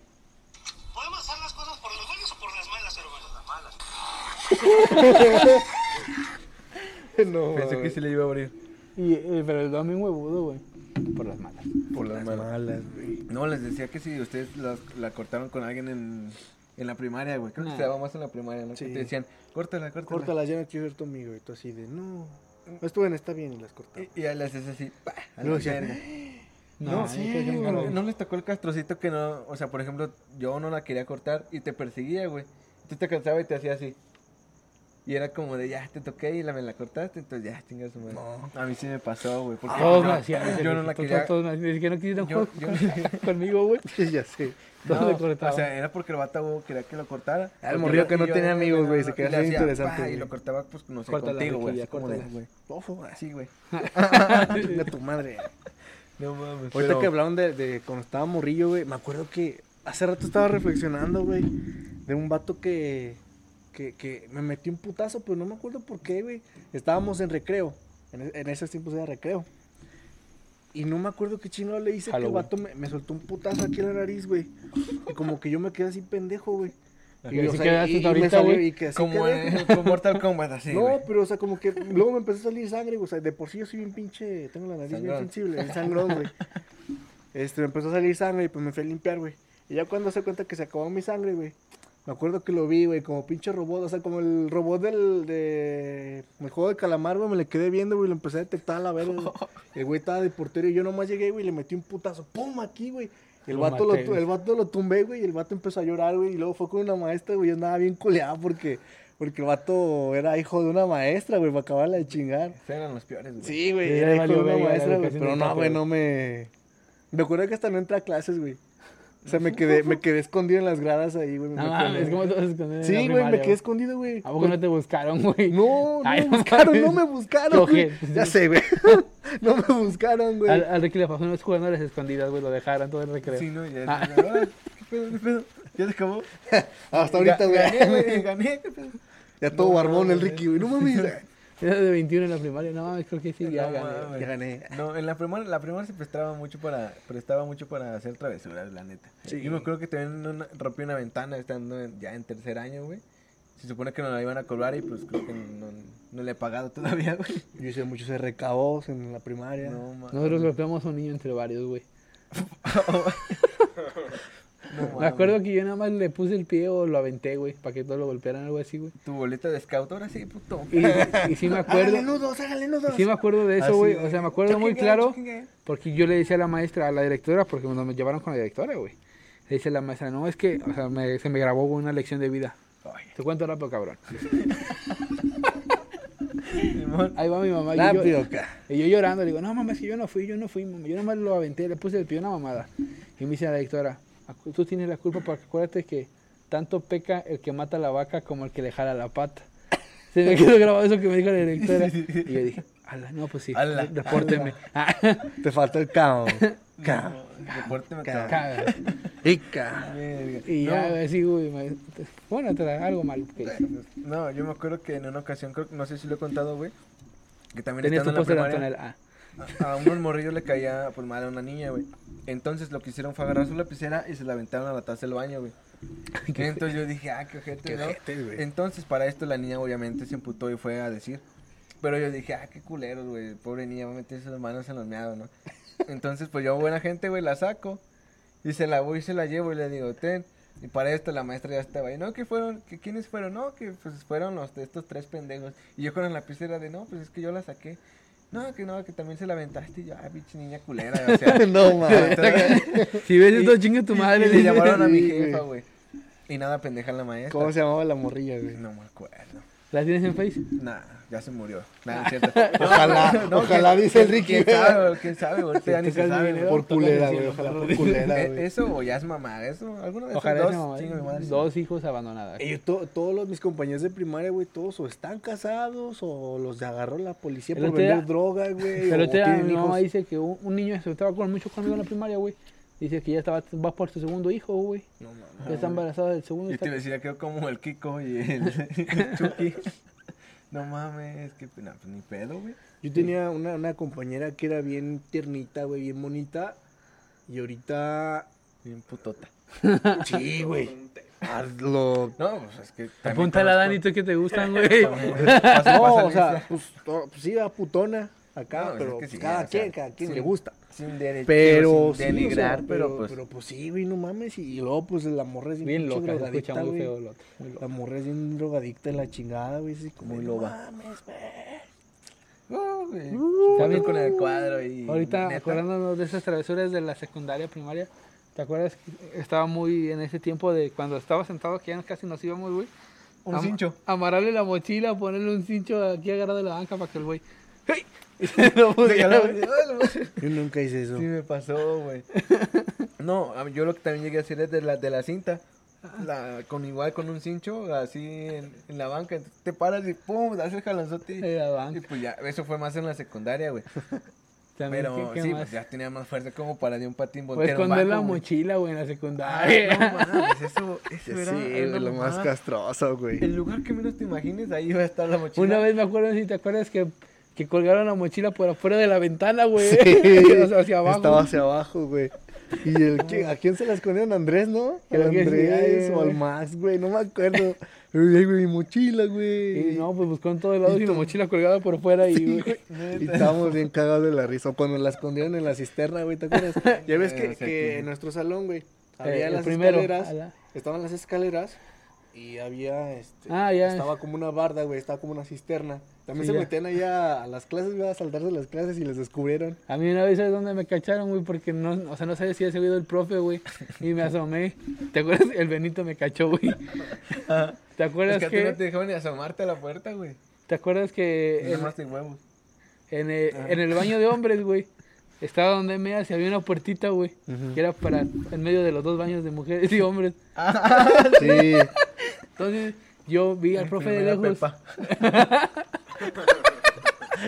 ¿Podemos hacer las cosas por las buenas o por las malas, hermano? Las malas.
No,
Pensé que
mames.
se le iba a abrir.
Y, eh, pero el domingo huevudo, güey. Por las malas.
Por las manos.
malas, güey.
No, les decía que si ustedes la, la cortaron con alguien en, en la primaria, güey. Creo
Nah.
que se daba más en la primaria, ¿no?
Sí.
Que te decían, córtala, córtala.
Córtalas, ya no quiero ser tu amigo. Y tú así de, no. Estuve en está bien y las cortamos.
Y, y ya le haces así, pa, a la
Luego decía,
verga.
No,
ahí
sí,
te dejan
güey.
ganar.
No les tocó el castrocito que no, o sea, por ejemplo, yo no la quería cortar y te perseguía, güey. Tú te cansabas y te hacía así. Y era como de, ya, te toqué y la, me la cortaste, entonces ya, chingas su madre. A mí sí me pasó, güey. Porque
Ah,
Todos
yo-
me hacían eso,
Yo Ah, no la
todos-
quería.
Todos me hacían, ni siquiera quisieron
Yo-
jugar con- conmigo, güey.
ya sé.
Todos
No,
me cortaban.
o sea, era porque el vato güey, quería que lo cortara.
Ah, el
Porque
morrillo
yo-
que no
y yo-
tenía amigos, güey,
no,
se
no,
quedaba
y le
así
hacía,
interesante,
pa, Y
güey.
lo cortaba, pues, no sé,
Córtala,
contigo, güey.
Ricky, ya,
así como de,
córtala.
güey. Ojo, así, güey.
Chinga tu madre.
No mames.
Ahorita
pero-
que hablaron de, de cuando estaba morrillo, güey, me acuerdo que hace rato estaba reflexionando, güey, de un vato que, que, que me metió un putazo, pero no me acuerdo por qué, güey. Estábamos en recreo, en, e- en esos tiempos era recreo. Y no me acuerdo qué chingado le hice
Halloween.
que el vato me, me soltó un putazo aquí en la nariz, güey. Y como que yo me quedé así pendejo, güey.
Y así
o sea,
quedaste
y- y me
ahorita,
salió-
güey,
y que así
Como
quedé,
en como Mortal Kombat, así,
no,
güey.
pero o sea, como que luego me empezó a salir sangre, güey. O sea, de por sí yo soy bien pinche. Tengo la nariz
Sangrón.
bien sensible, el sangrón, güey. Este, me empezó a salir sangre y pues me fui a limpiar, güey. Y ya cuando se cuenta que se acabó mi sangre, güey, Me acuerdo que lo vi, güey, como pinche robot, o sea, como el robot del de, el juego de calamar, güey, me le quedé viendo, güey, lo empecé a detectar a la verga. güey. El güey estaba de portero y yo nomás llegué, güey, y le metí un putazo, pum, aquí, güey. El
Lo
vato, lo,
maté,
tu-
güey.
el vato lo tumbé, güey, y el vato empezó a llorar, güey, y luego fue con una maestra, güey, yo andaba bien coleado porque, porque el vato era hijo de una maestra, güey, para acabarla de chingar.
Esos eran los peores, güey.
Sí, güey,
Sí,
era hijo
valió
de una
verga la
maestra, güey,
educación
pero
del
no,
vato,
güey,
güey.
no me... Me acuerdo que hasta no entré a clases, güey. O sea, me quedé, me quedé escondido en las gradas ahí, güey. me
No
metí a la-
mames, ¿cómo te vas a esconder en la
Sí, güey,
primaria,
me quedé escondido, güey.
¿A poco no te buscaron, güey?
No, no
Ay,
me
no
buscaron,
mames.
no me buscaron.
Qué
güey.
ojete.
Ya sé, güey. No me buscaron, güey.
Al, al Ricky le pasó una vez jugando a las escondidas, güey, lo dejaron todo el recreo.
Sí, no, ya.
Ah.
ya, ah, ¿Qué pedo, qué pedo? Ya se acabó.
Ah, Hasta ahorita,
Ga-
güey.
Gané, güey, gané. ¿qué pedo?
Ya todo barbón el Ricky, güey. No mames. Ya
Era de 21 en la primaria, no mames, creo que sí, ya
No
gané.
mames.
gané.
No, en la primaria, la primaria se prestaba mucho para, prestaba mucho para hacer travesuras, la neta. Yo me acuerdo que también una- rompí una ventana estando en- ya en tercer año, güey. Se supone que nos la iban a cobrar y pues creo que no, no le he pagado todavía, güey.
Yo hice muchos RKOs en la primaria.
No, mames.
Nosotros golpeamos a un niño entre varios, güey.
No mames.
Me acuerdo que yo nada más le puse el pie o lo aventé, güey, para que todos lo golpearan, algo así, güey.
Tu boleta de scout ahora sí, puto.
Y, y sí me
Hágale
acuerdo,
nudos, hágale nudos.
y sí me acuerdo de
Así,
eso, güey.
güey.
O sea, me acuerdo muy
Choquengue,
claro
choquengue.
porque yo le decía a la maestra, a la directora, porque nos me llevaron con la directora, güey. Le dice a la maestra, no, es que, o sea, me- se me grabó una lección de vida.
Ay,
Te cuento rápido, cabrón.
Simón.
Ahí va mi mamá. y yo-
Rápido, acá.
Y yo llorando, le digo, no, mamá, es que yo no fui, yo no fui, mamá. Yo nomás lo aventé, le puse el pie a una mamada. Y me dice la directora, "Acu- tú tienes la culpa porque acuérdate que tanto peca el que mata a la vaca como el que le jala la pata. Se me quedó grabado eso que me dijo la directora. Y yo dije, ala, no, pues sí,
Ala,
repórteme. Ah.
Te falta el cao. Cao.
Deporte me
Ca-
cago.
Caga.
Ica.
Verga.
Y ya, así, güey, me- bueno, te da algo malo. que hice.
No, yo me acuerdo que en una ocasión, creo, no sé si lo he contado, güey, que también
Tenías tu
estando en
póster de
la primaria,
Antonella. Ah,
a, a unos morrillos le caía por mal a una niña, güey. Entonces lo que hicieron fue agarrar su lapicera y se la aventaron a la taza del baño, güey. Entonces yo dije, ah, qué ojete, ¿no? Entonces para esto la niña obviamente se emputó y fue a decir. Pero yo dije, ah, qué culeros, güey, pobre niña, va a meter sus manos en los meados, ¿no? Entonces, pues yo, buena gente, güey, la saco. Y se la voy y se la llevo y le digo, ten. Y para esto la maestra ya estaba ahí. No, que fueron, que quiénes fueron, no, que pues fueron los de estos tres pendejos. Y yo con la lapicera de, no, pues es que yo la saqué. No, que no, que también se la aventaste. Y yo, ah, pinche niña culera. O sea,
No mames.
Si ves
Y-
esto, chinga tu
y-
madre.
Y le
dice.
llamaron a mi
Sí, güey.
jefa, güey. Y nada, pendeja la maestra.
¿Cómo se llamaba la morrilla, güey?
No me acuerdo.
¿La tienes en Face?
Nah, ya se murió. Nah, es cierto.
Ojalá, ojalá,
quién-
dice el
quién-
Ricky.
¿Quién sabe? güey, ¿Quién sabe? Ahorita ya ni se sabe, güey.
Este, Por culera, güey. Ojalá por culera,
Eh,
güey.
Eso o ya es mamada, eso. Alguna de esas
Ojalá
Pues, dos.
esa mamá-
chinga mi madre, sí.
Dos hijos abandonados.
Y yo to- todos los, mis compañeros de primaria, güey, todos o están casados o los agarró la policía
El
por
otro día-
vender droga, güey.
Pero
o
te mi
tienen
mamá
hijos.
dice que un, un niño se estaba con mucho conmigo en la primaria, güey. Dice que ya estaba, va por su segundo hijo, güey.
No, mames.
ya está embarazada del segundo.
Ah, Yo te
está-
iba a decir, ya quedó como el Kiko y el, el Chucky. No mames, que nah, pues ni pedo, güey.
Yo tenía una, una compañera que era bien tiernita, güey, bien bonita. Y ahorita.
Bien putota.
Sí, güey. Hazlo.
No, pues es que. también
Apúntala,
conozco-
Dani, tú que te gustan, güey.
Pasa-
No,
pasa
o sea,
lista.
pues, to- pues sí, era putona acá,
No, es
pero
que sí,
pues, cada
o sea,
quien, cada quien
sí.
le gusta.
Sin derecho.
Pero sí,
sin denigrar,
o sea,
pero, pues.
pero pues sí, güey, no mames. Y luego, pues la morra es
Bien
pinche
loca, se escucha
drogadicta,
muy
güey.
feo el otro. Muy loca.
Pues La morra es bien drogadicta en la chingada, güey. Así como,
Muy
no
loba.
mames, güey.
Uh, güey.
Uh,
También con el cuadro y.
Ahorita,
neta,
acordándonos de esas travesuras de la secundaria, primaria, ¿te acuerdas? que Estaba muy en ese tiempo de cuando estaba sentado, que ya casi nos íbamos, güey.
Un
Am-
cincho.
Amarrarle la mochila, ponerle un cincho aquí agarrado de la banca para que el güey. ¡Hey! Y se lo pudiera,
Déjalo,
güey.
déjalo.
Yo nunca hice eso.
Pues, Sí me pasó, güey. No, a mí- yo lo que también llegué a hacer es de la, de la cinta. La, con igual con un cincho, así en, en la banca. Entonces, te paras y pum, das el
De
jalonzote.
la
Y, y
banca.
pues ya, eso fue más en la secundaria, güey.
Pues, También,
Pero
¿qué- qué
sí,
más?
pues ya tenía más fuerza como para de un patín
O
voltero.
esconder la
bajo, güey.
mochila, güey, en la
Ay,
secundaria.
no mames, eso, eso era. era una mamada.
castroso, güey.
El lugar que menos te imagines, ahí iba a estar la mochila.
Una vez me acuerdo, si te acuerdas, que, que colgaron la mochila por afuera de la ventana, güey. O sea, hacia abajo.
Estaba hacia abajo, güey. ¿Y el, que- a quién se la escondieron? ¿A Andrés, no? Al
Creo que sí,
Andrés
ay,
o al
güey.
Max, güey. No me acuerdo. Pero, ay, güey, mi mochila,
Y
güey.
no, pues buscó en todos lados y la mochila colgada por fuera. y, güey,
Y estábamos bien cagados de la risa. O Cuando la escondieron en la cisterna, güey, ¿te acuerdas? Ya ves
Eh,
que,
sí,
que
sí.
en nuestro salón, güey, había
el
las
primero,
escaleras.
ala.
Estaban las escaleras. Y había, este,
Ah, ya.
estaba como una barda, güey, estaba como una cisterna. También
Sí,
se
ya.
metían ahí a, a las clases, güey, a saltarse las clases y les descubrieron.
A mí una vez es donde me cacharon, güey, porque no, o sea, no sabía si había seguido el profe, güey. Y me asomé. ¿Te acuerdas? El Benito me cachó, güey. ¿Te acuerdas
Es que, a ti
que, Eh,
no te dejaban ni asomarte a la puerta, güey.
te acuerdas
Te
que en,
llamaste huevos.
en el, en el baño de hombres, güey, estaba donde me hacía había una puertita, güey, que era para en medio de los dos baños de mujeres y hombres.
Sí.
Entonces, yo vi al profe de
Primera
lejos.
pepa.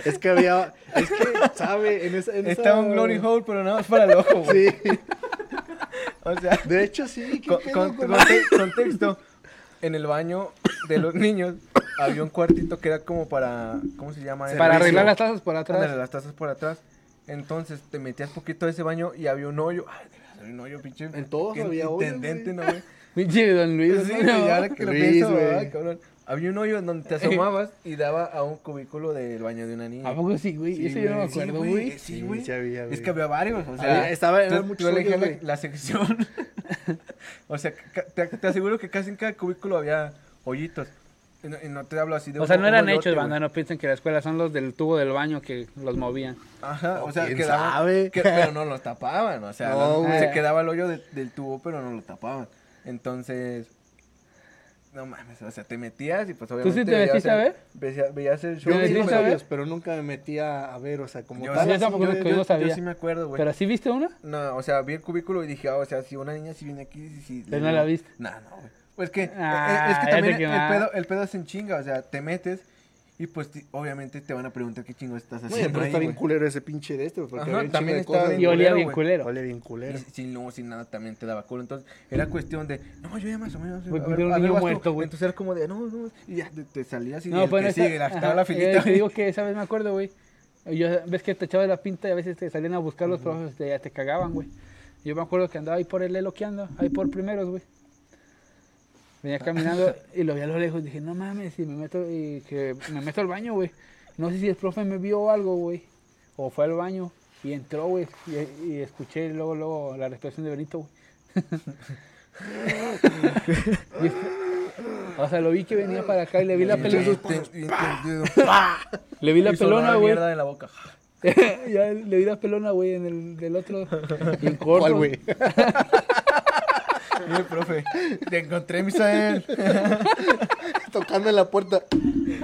es que había, es que, ¿sabe? En esa, en esa-
Estaba un glory hole, pero nada más para el ojo, güey.
Sí.
O sea,
De hecho, sí. ¿qué
con,
pedo
con-
con-
conte- contexto. En el baño de los niños había un cuartito que era como para, ¿cómo se llama?
Para
Servicio.
arreglar las tazas por atrás.
Ándale, las tazas por atrás. Entonces te metías poquito a ese baño y había un hoyo. Ay, de veras, había un hoyo, pinche.
En todos
qué
había hoyos,
Intendente, ¿no, güey?
Pinche Don Luis.
Sí,
¿no?
güey, y ahora que lo
Luis,
pienso,
güey.
ay, cabrón. Había un hoyo en donde te asomabas y daba a un cubículo del baño de una niña.
¿A poco sí, güey?
Sí,
Eso yo no me
güey, sí,
acuerdo, güey. Ah,
Sí,
Sí,
güey.
sí había,
es
güey.
que había varios. O sea,
Había- estaba-
tú-
eran muchos
tú elegías
hoyos, güey.
la, la sección. o sea, ca- te, te aseguro que casi en cada cubículo había hoyitos. Y no, y no te hablo así de
O
un-
sea, no
un
eran
hoyote,
hechos,
güey.
banda. No piensen que la escuela son los del tubo del baño que los movían.
Ajá,
O
o sea,
quién
quedaban-
sabe.
que- pero no los tapaban, o sea,
No,
los-
güey.
se quedaba el hoyo de- del tubo, pero no lo tapaban. Entonces, no mames, o sea, te metías y pues
sí
obviamente...
te metiste
el-
a ver?
veía- veías el show. pues,
Yo
¿Te
vi los
metiste a ver?
hoyos, pero nunca me metía a ver, o sea, como
Yo
tal.
sí,
así,
tampoco
yo-
me
yo-
Yo no sabía.
Yo sí me acuerdo, güey.
¿Pero sí viste una?
No, o sea, vi el cubículo y dije, ah, o sea, si una niña si viene aquí, si... si-
Pero no la viste.
No, no, güey. Pues que,
Ah,
es que
ya te
también el
quemaba.
pedo, el pedo es en chinga, o sea, te metes y pues ti- obviamente te van a preguntar qué chingo estás
Oye,
haciendo
pero
ahí,
está bien
güey.
culero ese pinche de este, güey, porque
Ajá,
había un
también
chingo de
estaba
cosas,
bien
Y olía
culero,
bien
güey.
culero.
Huele bien
Y
culero.
si- sin luz, sin nada, también te daba culo. Entonces, era cuestión de, no, yo ya más o menos.
Güey,
a
pues,
ver,
era un
a ver,
niño
vas tú".
muerto, güey.
Entonces era como de, no, no, y ya te, te salías y
No,
el
pues
que
esa-
sigue, la,
ajá,
estaba la
eh,
filita.
Te digo que esa vez me acuerdo, güey. Yo, ves que te echabas la pinta y a veces te salían a buscar los profes, te, te cagaban, güey. Yo me acuerdo que andaba ahí por el eloqueando, ahí por primeros, güey.
Ah.
Venía caminando y lo vi a lo lejos. Dije, no mames, y me meto, y que me meto al baño, güey. No sé si el profe me vio o algo, güey. O fue al baño y entró, güey. Y, y escuché luego, luego la respiración de Benito, güey. Y es- o sea, lo vi que venía para acá y le vi la
Bien
pelota.
ten- bien tendido.
Le vi la
Y sonaba
pelona, güey.
mierda en la boca.
ya le vi la pelona, güey, en el del otro. Y en corto.
¿Cuál, güey?
Mire, profe, te encontré, Misael.
Tocando en la puerta.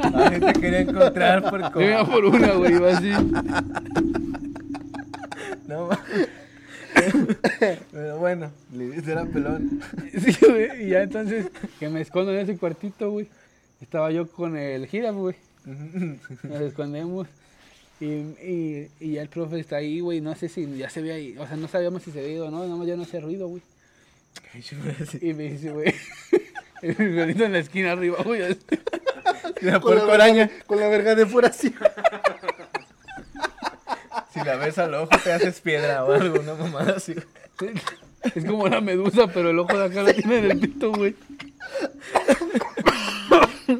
A mí te quería encontrar por
Yo iba por una, güey, iba así.
No, ma- Pero bueno, le dice era pelón.
Sí, güey, y ya entonces, que me escondo en ese cuartito, güey. Estaba yo con el giraf, güey. Nos escondemos. Y, y, y ya el profe está ahí, güey. No sé si ya se ve ahí. O sea, no sabíamos si se ve o no. Nada más yo no hacía ruido, güey. Y me dice, güey. El perrito en la esquina arriba, güey. así.
La
Con la,
puerco
verga, con la verga de fuera así.
Si la ves al ojo, te haces piedra o algo, una mamada así.
Es como la medusa, pero el ojo de acá lo tiene en el pito, güey.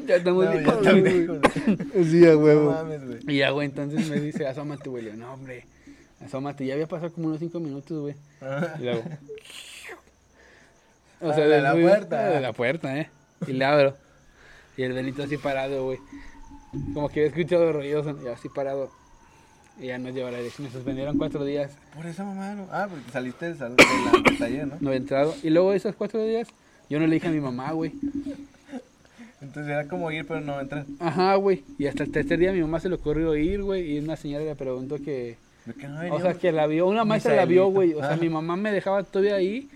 ya estamos
No,
bien.
ya
güey.
también, güey.
Sí, a
No
huevo.
mames, güey.
Y ya, güey, entonces me dice, asómate, güey. Le digo, no, hombre, asómate. Ya había pasado como unos cinco minutos, güey. Y luego... O
Ah, de
del
la
ruido-
puerta.
De la puerta, eh. Y le abro. Y el Benito así parado, güey. Como que había escuchado ruidos, y así parado. Y ya nos llevó a la dirección. Me suspendieron cuatro días.
Por esa mamada, no. Ah, porque saliste del salón de la taller, ¿no?
No había entrado. Y luego esos cuatro días, yo no le dije a mi mamá, güey.
Entonces era como ir, pero no entrar.
Ajá, güey. Y hasta el tercer día a mi mamá se le ocurrió ir, güey. Y una señora le preguntó que.
¿De qué no
O
veníamos?
sea, que la vio, una maestra la vio, güey. O sea,
Ah.
mi mamá me dejaba todavía ahí.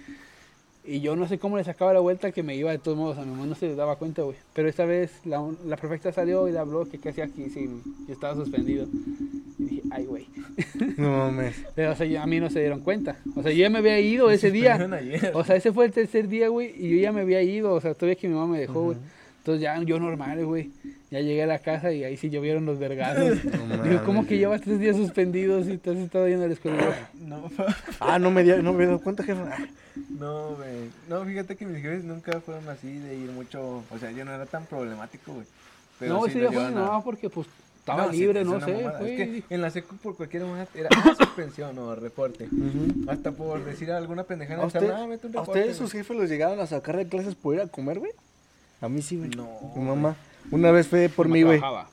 Y yo no sé cómo le sacaba la vuelta que me iba de todos modos. A mi mamá no se le daba cuenta, güey. Pero esta vez la, la prefecta salió y le habló que qué hacía aquí si yo estaba suspendido. Y dije, ay, güey.
No mames.
Pero, o sea, yo- a mí no se dieron cuenta. O sea, yo ya me había ido ese día.
Fueron ayer.
O sea, ese fue el tercer día, güey, y yo ya me había ido, o sea, todavía que mi mamá me dejó, güey. Entonces ya yo normal, güey. Ya llegué a la casa y ahí sí llovieron los vergados. Digo, ¿cómo que llevas tres días suspendidos y te has estado yendo a la escuela?
No, pa-
Ah, no me, di, no me he dado cuenta, jefe. Ah,
no, güey. No, fíjate que mis jefes nunca fueron así de ir mucho. O sea, yo no era tan problemático, güey. Pero
no, sí,
lo
de fue
llevan a-
no, porque pues estaba
No, sí,
libre,
es
no
una
sé,
mamada.
güey.
Es que en la secu por cualquier mamada era ah, suspensión o reporte. Hasta por decir alguna pendejada.
¿A,
o sea,
usted-
no, mete un
a
reporte,
ustedes
güey.
sus jefes los llegaron a sacar de clases por ir a comer, güey? A mí sí, güey.
No,
Mi mamá. Una vez fue por mí, güey.
Trabajaba.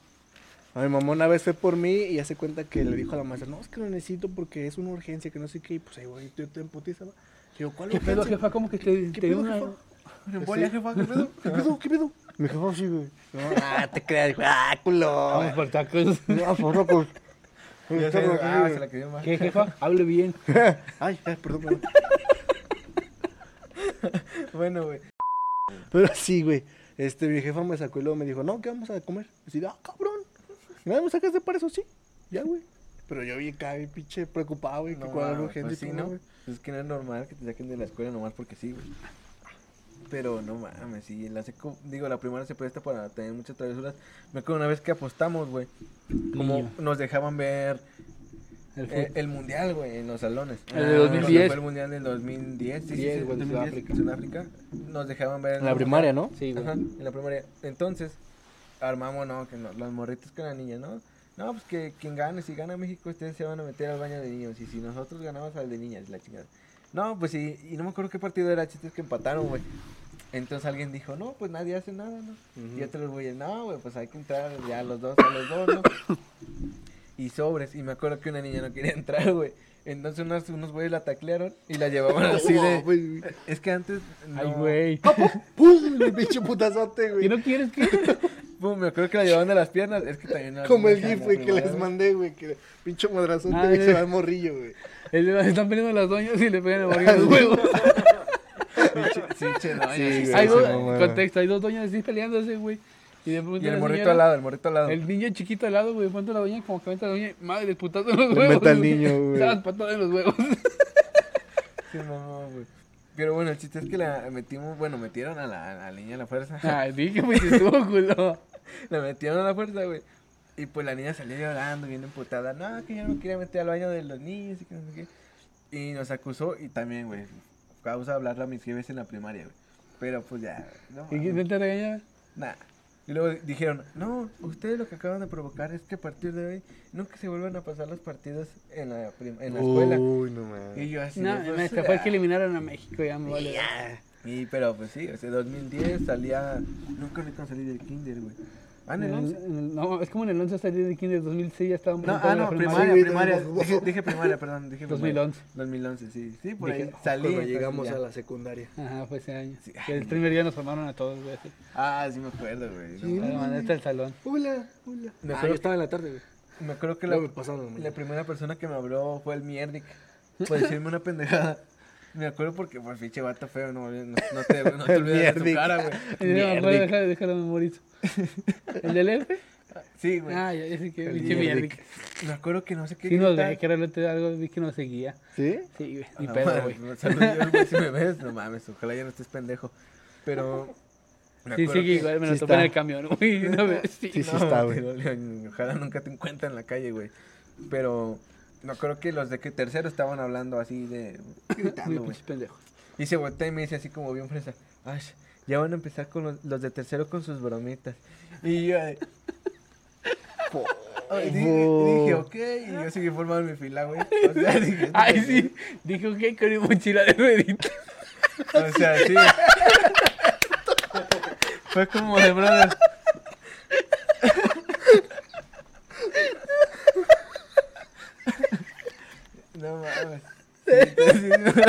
A mi mamá una vez fue por mí y hace cuenta que le dijo a la maestra, no, es que lo necesito porque es una urgencia, que no sé qué, y pues ahí, güey, yo te emputizaba. Digo, ¿cuál
¿Qué pedo,
urgencia?
jefa? ¿Cómo que te,
¿Qué
te dio
pedo,
una-
jefa?
¿En bola, jefa? ¿Qué pedo?
¿Qué pedo? ¿Qué pedo? Mi jefa sí, güey. No, ah, te creas, dijo, ah, culo.
Vamos por tacos.
No, por locos.
Ya sé, ah, se la quería más.
¿Qué, jefa? Hable bien.
Ay, ay, perdón, perdón.
Bueno, güey.
Pero sí, güey. Este, mi jefa me sacó y luego me dijo, no, ¿qué vamos a comer? Y así, ah, cabrón. Nada, me sacaste para eso, sí. Ya, güey. Pero yo vi acá, bien pinche preocupado, güey, que
No,
cuál
mames,
era gente
pues sí,
¿no?
¿no? Es que no es normal que te saquen de la escuela nomás porque sí, güey. Pero no mames, sí, la seco, digo, la primaria se presta para tener muchas travesuras. Me acuerdo una vez que apostamos, güey, como
Niño.
nos dejaban ver
El
eh,
fútbol.
el mundial, güey, en los salones.
El de
Ah,
2010.
cuando fue El mundial del 2010, sí, sí, sí,
10, güey, de
2010, Sudáfrica. Nos dejaban ver
En la primaria, ¿no?
Sí, güey.
Ajá, en la primaria. Entonces, armamos, no, que no, los morritos con la niña, ¿no? No, pues que quien gane, si gana México, ustedes se van a meter al baño de niños. Y si nosotros ganamos al de niñas, la chingada. No, pues sí, y no me acuerdo qué partido era, chistes que empataron, güey. Entonces alguien dijo, no, pues nadie hace nada, ¿no? Y otros güeyes, no, güey, pues hay que entrar ya los dos, a los dos, ¿no? y sobres, y me acuerdo que una niña no quería entrar, güey. Entonces unos, unos güeyes la taclearon y la llevaban así de... Es que antes...
Ay,
no-
güey.
¡Pum! El pinche putazote,
¿Y
güey.
no quieres que.?
Pum, me acuerdo que la llevaban de las piernas. Es que también. no-
Como el
no,
gif,
la
güey, que
primera
les
vez.
mandé, güey, que pinche madrazote,
Ah,
güey,
ya.
se va al morrillo, güey.
El de las- están peleando las doñas y le pegan el barrio los huevos.
Pinche- Sí, che, no,
Sí,
sí,
güey. se
Hay dos,
mamaron.
contexto, hay dos doñas así peleándose, güey. Y, de pronto
Y el
la
morrito
señora-
al lado, el morrito al lado.
El niño chiquito al lado, güey. De pronto la doña como que mete a la doña y madre, el putazo en los
Le
huevos.
mete al niño, güey.
Estaban patadas en los huevos.
Sí, mamá, güey. Pero bueno, el chiste es que la metimos, bueno, metieron a la, a la niña a la fuerza.
Ah.
Ay, dije, güey, si estuvo culo.
la metieron a la fuerza, güey. Y pues la niña salió llorando, bien emputada. No, que yo no quería meter al baño de los niños y que no sé qué. Y nos acusó y también, güey, causa hablarla a mis jefes en la primaria, güey. Pero pues ya, no.
¿Y
mames.
quién te regaña?
Nah. Y luego di- dijeron, no, ustedes lo que acaban de provocar es que a partir de hoy nunca se vuelvan a pasar los partidos en la, prim- en la escuela.
Uy, no mames.
Y yo así,
No,
de,
me
pues,
este fue
ah.
que eliminaron a México, ya me vale.
Y pero pues sí, o sea, 2010 salía, nunca me salí del kinder, güey. Ah, en el
En el-
11.
en el- No, es como en el 11 hasta el 10 de 15 de 2006 ya estábamos
No,
juntos
ah,
en la
no,
primaria.
primaria,
güey,
primaria.
tenemos dos.
Dije, dije primaria, perdón, dije primaria.
2011.
2011, sí. Sí, por
Dije,
ahí
ojo,
salí.
Cuando
entonces,
llegamos
ya.
a la secundaria.
Ajá, fue ese año.
Sí.
Que el primer día nos formaron a todos, güey. así.
Ah, sí me acuerdo, güey. no.
Me mandaste al salón.
Hola, hola.
Me
ah,
acuerdo
yo
que-
estaba en la tarde, güey.
Me acuerdo que la,
Luego pues, me pasaron la
La
mañana.
primera persona que me habló fue el mierdic. Por decirme una pendejada. Me acuerdo porque, pues, pinche vato feo, no, no, no te, no te
El
olvidas de
mierdic.
tu cara, güey.
Y yo, "Papá, Deja, deja la memorito. ¿El del F?
Sí, güey.
Ah, ya, ya sé que
El
pinche mierda.
Mierdic.
Me acuerdo que no sé qué.
Sí, nos
gritar.
dejé que realmente algo, vi que nos seguía.
¿Sí?
Sí, güey,
A
ni
la
pedo,
madre,
güey.
me saludó yo, güey, Si me ves, no mames, ojalá ya no estés pendejo. Pero. me
Sí,
acuerdo
sí,
que-
igual me lo
sí
topé en
está.
el camión, güey. de una vez, sí.
Sí, sí
No,
está,
te
güey.
dolió, Ojalá nunca te encuentren en la calle, güey. Pero. No creo que los de que tercero estaban hablando así de.
Muy
Gritando, Ah, güey.
pinche pendejo.
Y se voltea y me dice así como bien fresa, ay, ya van a empezar con los, los de tercero con sus bromitas. Y yo eh, de- Ay, di-
Bo.
dije, ok, y yo seguí formando mi fila, güey. O sea, dije,
Ay, sí. Dijo que con mi mochila de ruedita.
O sea, sí. Fue como de brother. No mames. Sí, sí, no.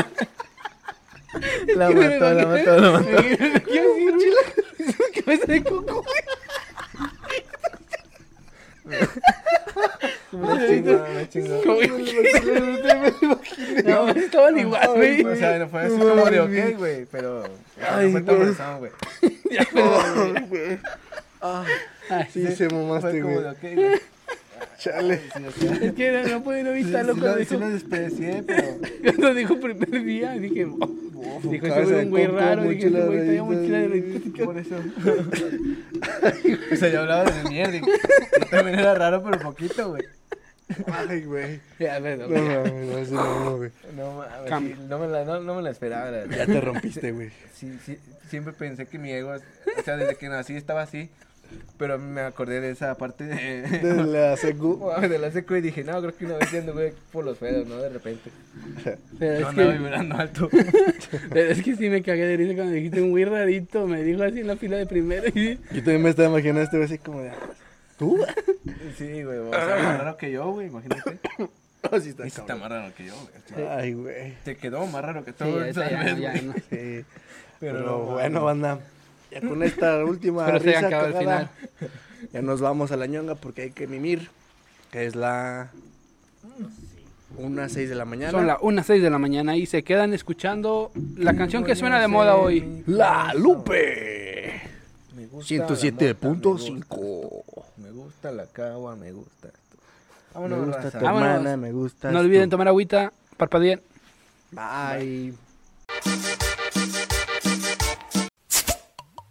La mató, la mató, la mató.
¿Qué mochila? ¿Qué me de coco, güey?
Me chingó, me chingó.
Como que- No, estaban igual, güey.
O sea, no fue así
No
como de
mames.
ok, güey, pero.
Ay,
Ay, no fue tan
güey.
razón, güey.
Ya, pero-
Sí, se mamaste,
Fue
Este,
como
güey.
de ok, güey.
Chale.
Es que no, no pueden avistarlo
Sí,
cuando
lo- sí
dijo.
lo desperdicié, pero.
Cuando dijo primer día, dije, "Oh". dijo,
cabeza
este güey
de
es un güey
coco,
raro, dije,
mochila
este güey
rayita".
traía mochila de rayita.
Por eso. o sea, yo hablaba de mierda. y yo También era raro, pero poquito, güey.
Ay, güey.
Ya, pero,
No mames, no, sí, no, güey.
No mames,
Cambio.
sí, no, me la, no, no me la esperaba, la verdad.
Ya te rompiste, güey.
Sí, sí, siempre pensé que mi ego, o sea, desde que nací estaba así. Pero me acordé de esa parte de,
De la secu.
de la secu y dije, no, creo que una vez ando, güey, por los pedos, ¿no? De repente. Yo
Pero es,
andaba
que,
vibrando alto.
pero es que sí me cagué de risa cuando dijiste un güey rarito. Me dijo así en la fila de primero. Y...
Yo también me estaba imaginando este güey así como de. ¿Tú?
Sí, güey, o sea, más raro que yo, güey, imagínate.
Así está,
Ese está
cabrón.
más raro que yo, güey.
Ay, güey.
Te quedó más raro que
Sí,
todo.
ahorita ya
¿sabes,
no, ya
güey?
no.
Sí.
Pero
Pero,
no,
bueno, banda. Ya con esta última
Pero se
risa
acaba el
cagada,
final.
ya nos vamos a la ñonga porque hay que mimir, que es la una seis de la mañana.
Son las 1.06 de la mañana y se quedan escuchando la canción que suena de moda hoy.
La Lupe
Me gusta la mota,
107.5.
Me gusta- me gusta la cagua, me gusta esto.
Me
Vámonos,
gusta tu
raza.
Vámonos.
hermana, me gusta.
No olviden
tú.
tomar agüita, parpadear.
Bye.